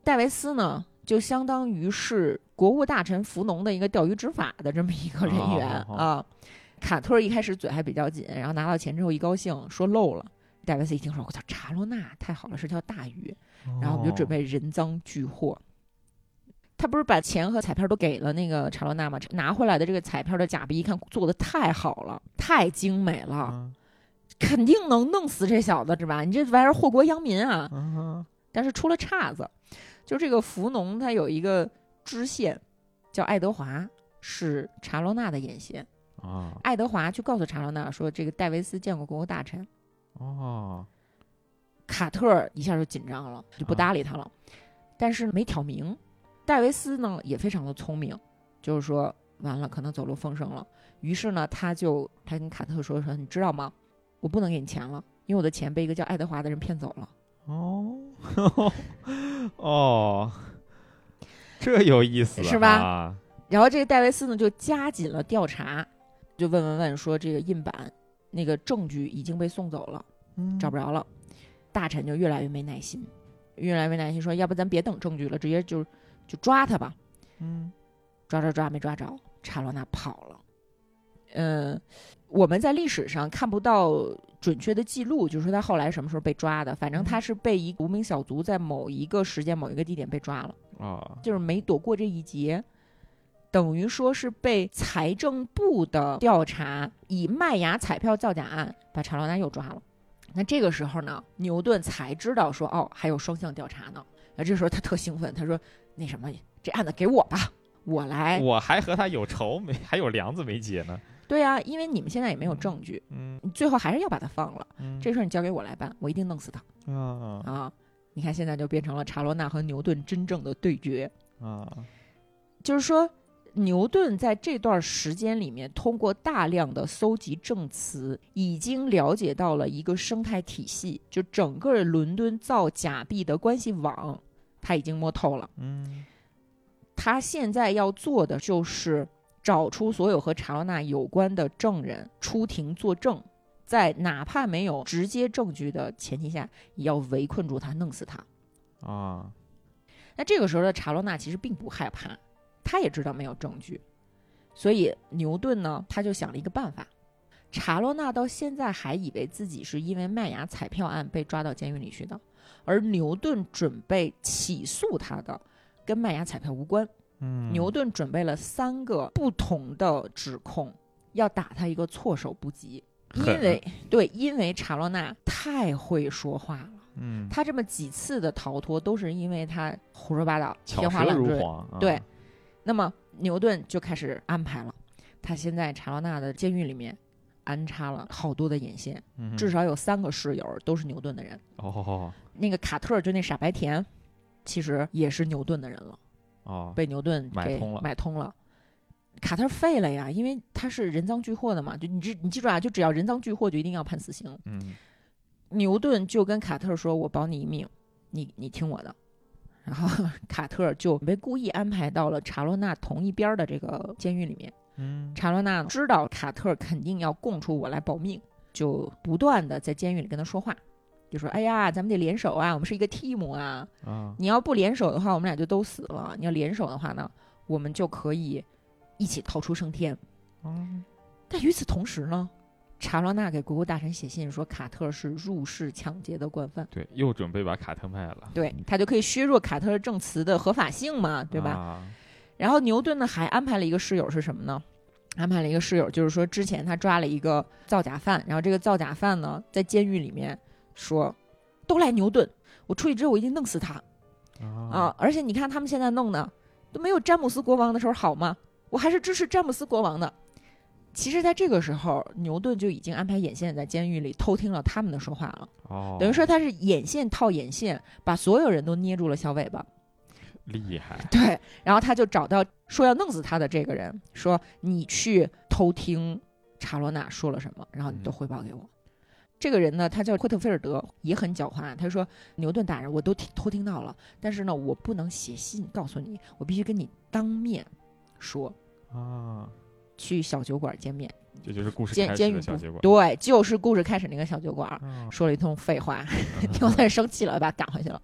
戴维斯呢，就相当于是国务大臣福农的一个钓鱼执法的这么一个人员哦哦哦啊。卡特一开始嘴还比较紧，然后拿到钱之后一高兴说漏了。戴维斯一听说，我操，查洛纳太好了，是条大鱼。然后我们就准哦备人赃俱获。他不是把钱和彩票都给了那个查洛娜吗？拿回来的这个彩票的假币一看做的太好了，太精美啊了，，肯定能弄死这小子是吧？你这玩意儿祸国殃民啊！嗯哼但是出了岔子，就这个福农他有一个支线叫爱德华，是查洛娜的眼线。啊爱德华就告诉查洛娜说，这个戴维斯见过国务大臣。哦，卡特儿一下就紧张了，就不搭理他了。但是没挑明，戴维斯呢也非常的聪明，就是说完了可能走漏风声了。于是呢，他就他跟卡特说说，你知道吗？我不能给你钱了，因为我的钱被一个叫爱德华的人骗走了。哦，哦，这有意思是吧啊？然后这个戴维斯呢就加紧了调查，就问问问说这个印版那个证据已经被送走了。嗯找不着了。大臣就越来越没耐心，越来越没耐心，说要不咱别等证据了，直接就就抓他吧。嗯，抓抓抓没抓着，查洛纳跑了。嗯，我们在历史上看不到准确的记录，就是说他后来什么时候被抓的。反正他是被一无名小卒在某一个时间、某一个地点被抓了，啊，就是没躲过这一劫。等于说是被财政部的调查以麦芽彩票造假案把查洛纳又抓了。那这个时候呢，牛顿才知道说哦，还有双向调查呢。那这时候他特兴奋，他说：“那什么，这案子给我吧，我来。我还和他有仇没，还有梁子没结呢。对呀、因为你们现在也没有证据，嗯你最后还是要把他放了。嗯，这事儿你交给我来办，我一定弄死他啊啊！你看现在就变成了查罗纳和牛顿真正的对决，啊，就是说。牛顿在这段时间里面，通过大量的搜集证词，已经了解到了一个生态体系，就整个伦敦造假币的关系网，他已经摸透了。嗯他现在要做的就是找出所有和查洛纳有关的证人出庭作证，在哪怕没有直接证据的前提下，也要围困住他，弄死他。啊，那这个时候的查洛纳其实并不害怕，他也知道没有证据，所以牛顿呢，他就想了一个办法。查洛纳到现在还以为自己是因为麦芽彩票案被抓到监狱里去的，而牛顿准备起诉他的跟麦芽彩票无关。嗯，牛顿准备了三个不同的指控，要打他一个措手不及，因狠为对，因为查洛纳太会说话了，嗯，他这么几次的逃脱都是因为他胡说八道、巧天花舌乱如坠。簧，啊对，那么牛顿就开始安排了，他先在查洛纳的监狱里面安插了好多的眼线，嗯至少有三个室友都是牛顿的人。哦那个卡特就那傻白甜，其实也是牛顿的人了。哦，被牛顿买给通了买通了。卡特废了呀，因为他是人赃俱获的嘛，就你记你记住啊，就只要人赃俱获，就一定要判死刑。嗯牛顿就跟卡特说：“我保你一命，你你听我的。”然后 卡特就被故意安排到了查洛纳同一边儿的这个监狱里面。嗯查洛纳知道卡特肯定要供出我来保命，就不断的在监狱里跟他说话，就说：“哎呀，咱们得联手啊，我们是一个 team 啊。啊，你要不联手的话，我们俩就都死了；你要联手的话呢，我们就可以一起逃出升天。”嗯但与此同时呢，查罗纳给国务大臣写信说，卡特是入室抢劫的惯犯，对，又准备把卡特卖了，对他就可以削弱卡特证词的合法性嘛，对吧？啊然后牛顿呢还安排了一个室友是什么呢？安排了一个室友，就是说之前他抓了一个造假犯，然后这个造假犯呢在监狱里面说，都赖牛顿，我出去之后我一定弄死他啊！而且你看他们现在弄呢，都没有詹姆斯国王的时候好吗？我还是支持詹姆斯国王的。其实，在这个时候，牛顿就已经安排眼线在监狱里偷听了他们的说话了，哦，等于说他是眼线套眼线，把所有人都捏住了小尾巴。厉害， 对，然后他就找到说要弄死他的这个人，说你去偷听查罗纳说了什么，然后你都嗯汇报给我。这个人呢，他叫惠特菲尔德，也很狡猾。他说牛顿大人，我都听偷听到了，但是呢，我不能写信告诉你，我必须跟你当面说，啊，去小酒馆见面。这就是故事监开监狱始的小不结果。对，就是故事开始那个小酒馆。啊说了一通废话，嗯 牛顿生气了，把他赶回去了。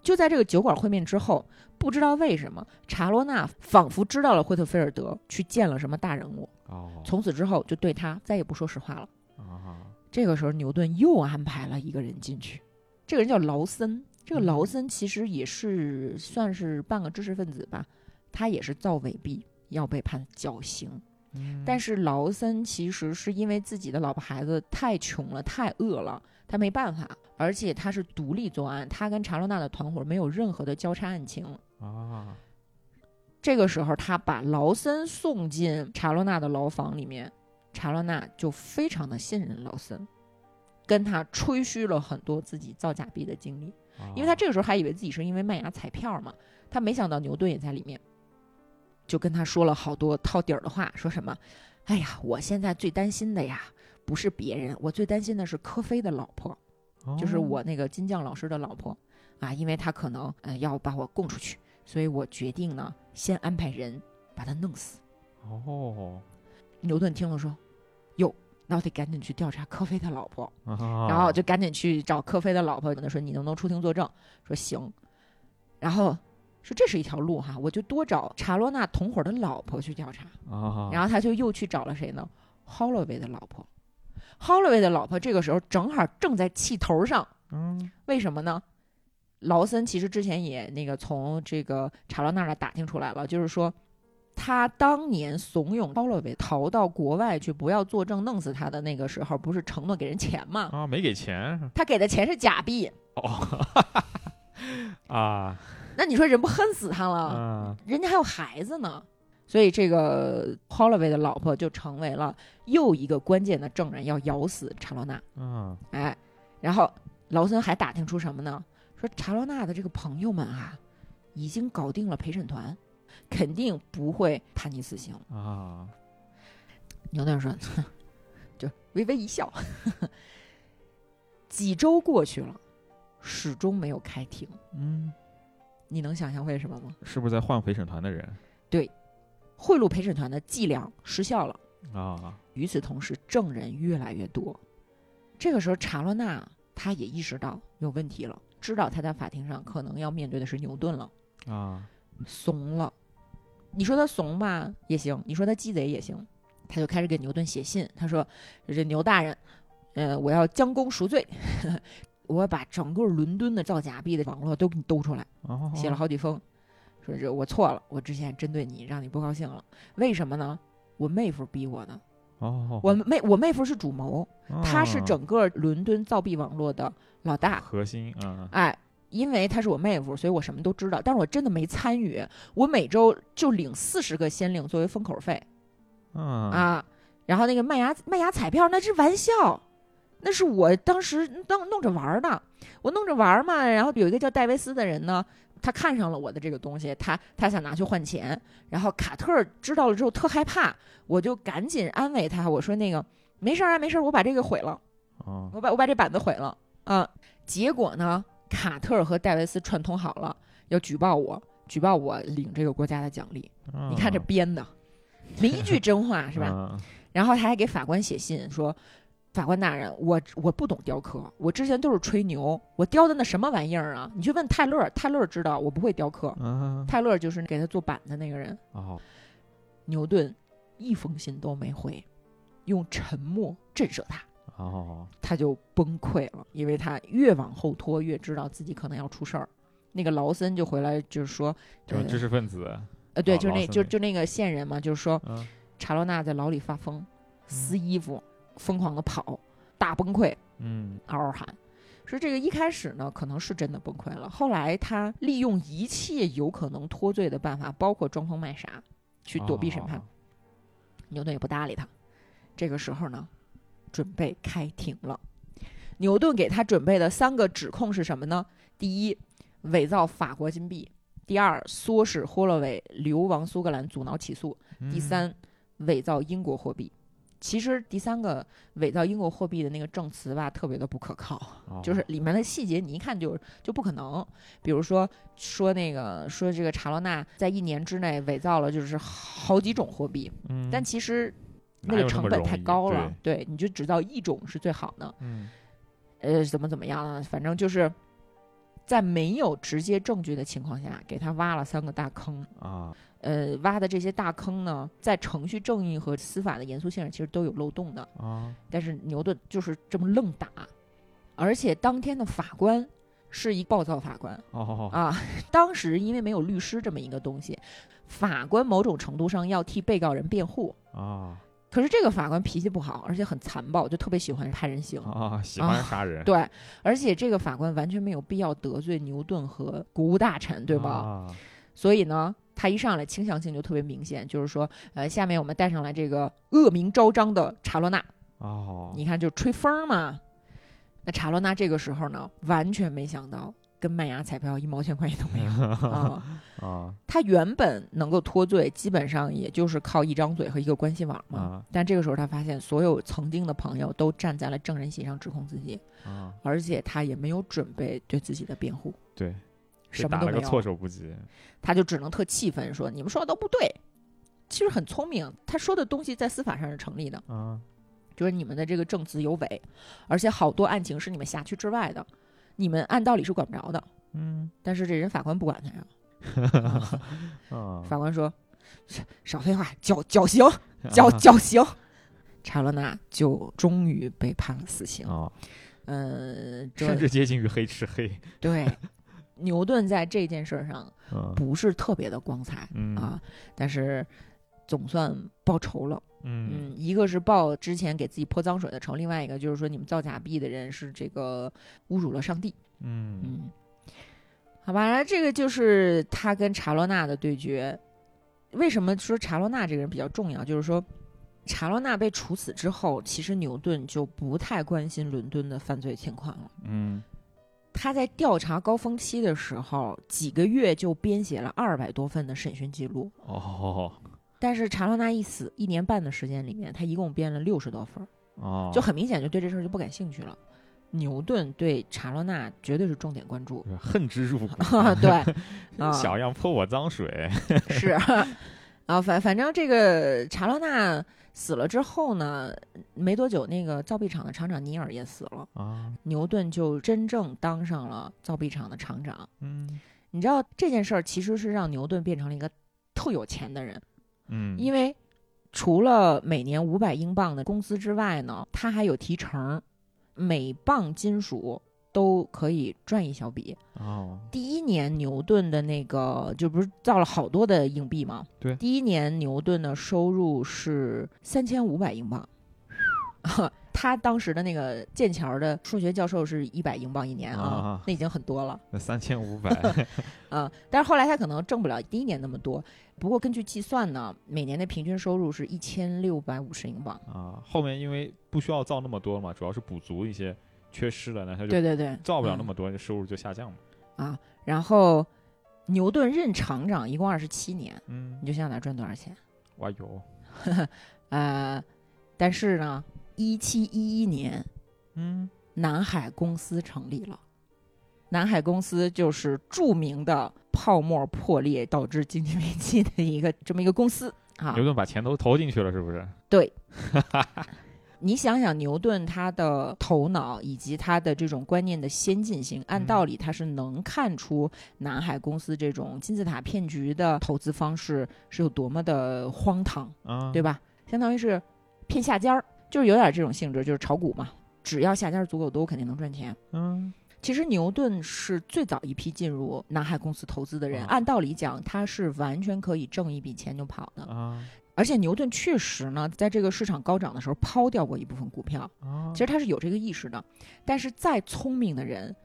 就在这个酒馆会面之后，不知道为什么，查罗纳仿佛知道了惠特菲尔德去见了什么大人物，哦，从此之后就对他再也不说实话了。啊，这个时候，牛顿又安排了一个人进去，这个人叫劳森。这个嗯劳森其实也是算是半个知识分子吧，他也是造伪币，要被判绞刑。但是是劳森其实是因为自己的老婆孩子太穷了，太饿了，他没办法，而且他是独立作案，他跟查罗纳的团伙没有任何的交叉案情。啊，这个时候，他把劳森送进查罗纳的牢房里面，查罗纳就非常的信任劳森，跟他吹嘘了很多自己造假币的经历，啊因为他这个时候还以为自己是因为麦芽彩票嘛，他没想到牛顿也在里面，就跟他说了好多套底儿的话，说什么：“哎呀，我现在最担心的呀，不是别人，我最担心的是科菲的老婆，哦就是我那个金匠老师的老婆啊，因为她可能呃要把我供出去，所以我决定呢，先安排人把她弄死。”哦，牛顿听了说：“哟，那我得赶紧去调查科菲的老婆。”然然后就赶紧去找科菲的老婆，跟他说你能不能出庭作证？说行，然后说这是一条路哈，我就多找查罗纳同伙的老婆去调查。啊，然后后他就又去找了谁呢？Holloway 的老婆。Holloway 的老婆这个时候正好正在气头上，嗯为什么呢？劳森其实之前也那个从这个查罗纳那儿打听出来了，就是说他当年怂恿 Holloway 逃到国外去，不要作证弄死他的那个时候，不是承诺给人钱吗？啊，没给钱哦他给的钱是假币， 啊那你说人不恨死他了？啊人家还有孩子呢。所以这个 Holloway 的老婆就成为了又一个关键的证人，要咬死查罗纳。嗯哎，然后劳森还打听出什么呢？说查罗纳的这个朋友们啊，已经搞定了陪审团，肯定不会判你死刑。啊，牛顿说， 哼就微微一笑。 几周过去了，始终没有开庭。嗯，你能想象为什么吗？是不是在换陪审团的人贿赂陪审团的伎俩失效了。啊？与此同时，证人越来越多。这个时候，查洛纳他也意识到有问题了，知道他在法庭上可能要面对的是牛顿了，啊，怂了。你说他怂吧也行，你说他鸡贼也行，他就开始给牛顿写信，他说：“这牛大人，呃，我要将功赎罪， 我要把整个伦敦的造假币的网络都给你兜出来。”哦写了好几封，说这我错了，我之前针对你，让你不高兴了。为什么呢？我妹夫逼我的。哦，我妹我妹夫是主谋，他是啊整个伦敦造币网络的老大。核心啊哎，因为他是我妹夫，所以我什么都知道，但是我真的没参与。我每周就领四十个先令作为封口费啊啊。然后那个麦芽麦芽彩票那是玩笑，那是我当时弄弄着玩儿的，我弄着玩儿嘛。然后有一个叫戴维斯的人呢，他看上了我的这个东西，他他想拿去换钱。然后卡特儿知道了之后特害怕，我就赶紧安慰他，我说那个没事儿啊，没事儿，我把这个毁了，啊我把我把这板子毁了啊。结果呢，卡特儿和戴维斯串通好了，要举报我，举报我领这个国家的奖励。啊你看这编的，没一句真话是吧？啊然后他还给法官写信说，法官大人，我我不懂雕刻，我之前都是吹牛，我雕的那什么玩意儿啊？你去问泰勒，泰勒知道我不会雕刻，嗯泰勒就是给他做板的那个人。哦，牛顿一封信都没回，用沉默震慑他，哦，他就崩溃了，因为他越往后拖，越知道自己可能要出事儿。那个劳森就回来，就是说，就是呃知识分子，呃，对，啊就是劳那，森就那个就那个线人嘛，就是说嗯，查洛娜在牢里发疯，撕衣服，疯狂的跑，大崩溃，嗯，嗷嗷喊。说这个一开始呢，可能是真的崩溃了，后来他利用一切有可能脱罪的办法，包括装疯卖傻，去躲避审判。哦牛顿也不搭理他。这个时候呢，准备开庭了。牛顿给他准备的三个指控是什么呢？第一，伪造法国金币；第二，唆使霍洛维流亡苏格兰，阻挠起诉；嗯第，三，伪造英国货币。其实第三个伪造英国货币的那个证词吧，特别的不可靠。嗯哦就是里面的细节，你一看就就不可能。比如说说那个说这个查洛娜在一年之内伪造了就是好几种货币，嗯但其实那哪有个成么本容太易高对了，对，你就只造一种是最好的。嗯，呃，怎么怎么样啊？反正就是在没有直接证据的情况下，给他挖了三个大坑。啊，呃，挖的这些大坑呢，在程序正义和司法的严肃性上其实都有漏洞的。啊，但是牛顿就是这么愣打，而且当天的法官是一暴躁法官哦，啊。 当时因为没有律师这么一个东西，法官某种程度上要替被告人辩护。啊可是这个法官脾气不好，而且很残暴，就特别喜欢判人刑。啊，喜啊欢杀人，对，而且这个法官完全没有必要得罪牛顿和国务大臣，对吧？啊所以呢，他一上来倾向性就特别明显，就是说，呃，下面我们带上来这个恶名昭彰的查洛娜，哦，你看就吹风儿嘛。那查洛娜这个时候呢，完全没想到跟麦芽彩票一毛钱关系都没有 啊、啊他原本能够脱罪，基本上也就是靠一张嘴和一个关系网嘛。啊但这个时候，他发现所有曾经的朋友都站在了证人席上指控自己，啊，而且他也没有准备对自己的辩护，对，什这么打都了没个措有，手不及，他就只能特气愤说：“你们说的都不对。”其实很聪明，他说的东西在司法上是成立的，啊就是你们的这个证词有伪，而且好多案情是你们辖区之外的，你们按道理是管不着的。嗯但是这人法官不管他呀， 啊，法官说：“ 少废话，绞绞刑， 绞绞刑。”查洛娜就终于被判了死刑。啊，嗯，甚这至接近于黑吃黑，对牛顿在这件事儿上嗯不是特别的光彩嗯啊，但是总算报仇了。嗯嗯，一个是报之前给自己泼脏水的仇，另外一个就是说你们造假币的人是这个侮辱了上帝。嗯嗯，好吧，这个就是他跟查洛娜的对决。为什么说查洛娜这个人比较重要？就是说，查洛娜被处死之后，其实牛顿就不太关心伦敦的犯罪情况了。嗯他在调查高峰期的时候，几个月就编写了二百多份的审讯记录。哦但是查洛娜一死，一年半的时间里面，他一共编了六十多份儿，哦，，就很明显就对这事儿就不感兴趣了。牛顿对查洛娜绝对是重点关注，恨之入骨 啊对，啊，小样泼我脏水，是啊，反反正这个查洛娜死了之后呢，没多久那个造币厂的厂长尼尔也死了，啊，牛顿就真正当上了造币厂的厂长。嗯你知道这件事儿其实是让牛顿变成了一个特有钱的人，嗯，因为为除了每年五百英镑的工资之外呢，他还有提成，每磅金属都可以赚一小笔。哦，第一年牛顿的那个就不是造了好多的硬币吗？对第一年牛顿的收入是三千五百英镑。 他当时的那个剑桥的数学教授是一百英镑一年啊，啊那已经很多了。那三千五百啊、但是后来他可能挣不了第一年那么多。不过根据计算呢，每年的平均收入是一千六百五十英镑。啊，后面因为不需要造那么多嘛，主要是补足一些缺失了，那他就对对对，造不了那嗯么多，收入就下降嘛。啊。然后牛顿任厂长一共二十七年，嗯你，就想想他赚多少钱？哇有，呃，但是呢，一七一一年嗯南海公司成立了。南海公司就是著名的泡沫破裂导致经济危机的一个这么一个公司啊牛。顿把钱都投进去了，是不是？你想想牛顿他的头脑以及他的这种观念的先进性，按嗯道理他是能看出南海公司这种金字塔骗局的投资方式是有多么的荒唐，啊，对吧？相当于是骗下家儿，就是有点这种性质，就是炒股嘛。只要下家儿足够多，我肯定能赚钱。嗯，其实牛顿是最早一批进入南海公司投资的人，啊按道理讲，他是完全可以挣一笔钱就跑的。啊而且牛顿确实呢，在这个市场高涨的时候抛掉过一部分股票，啊，其实他是有这个意识的。但是再聪明的人，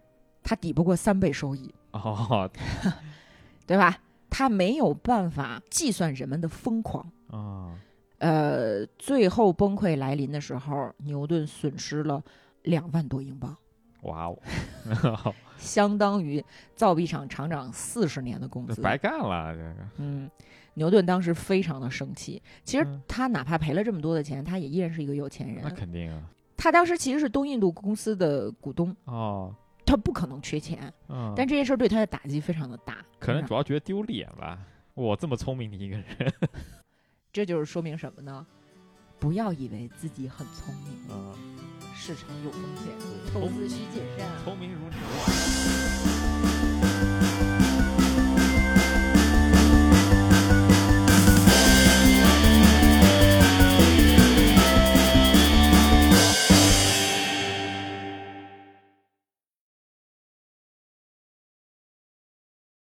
他抵不过三倍收益，哦对吧？他没有办法计算人们的疯狂。啊，呃，最后崩溃来临的时候，牛顿损失了两万多英镑，哇哦，相当于造币厂厂长四十年的工资。白干了这个，嗯，牛顿当时非常的生气。其实嗯他哪怕赔了这么多的钱，他也依然是一个有钱那人。肯定啊，他当时其实是东印度公司的股东，哦，他不可能缺钱。嗯，但这嗯件事儿对他的打击非常的大，可能非常主要觉得丢脸吧。我这么聪明的一 个人，这就是说明什么呢？不要以为自己很聪明，嗯，哦市场有风险，投聪资需谨慎啊。聪明如牛。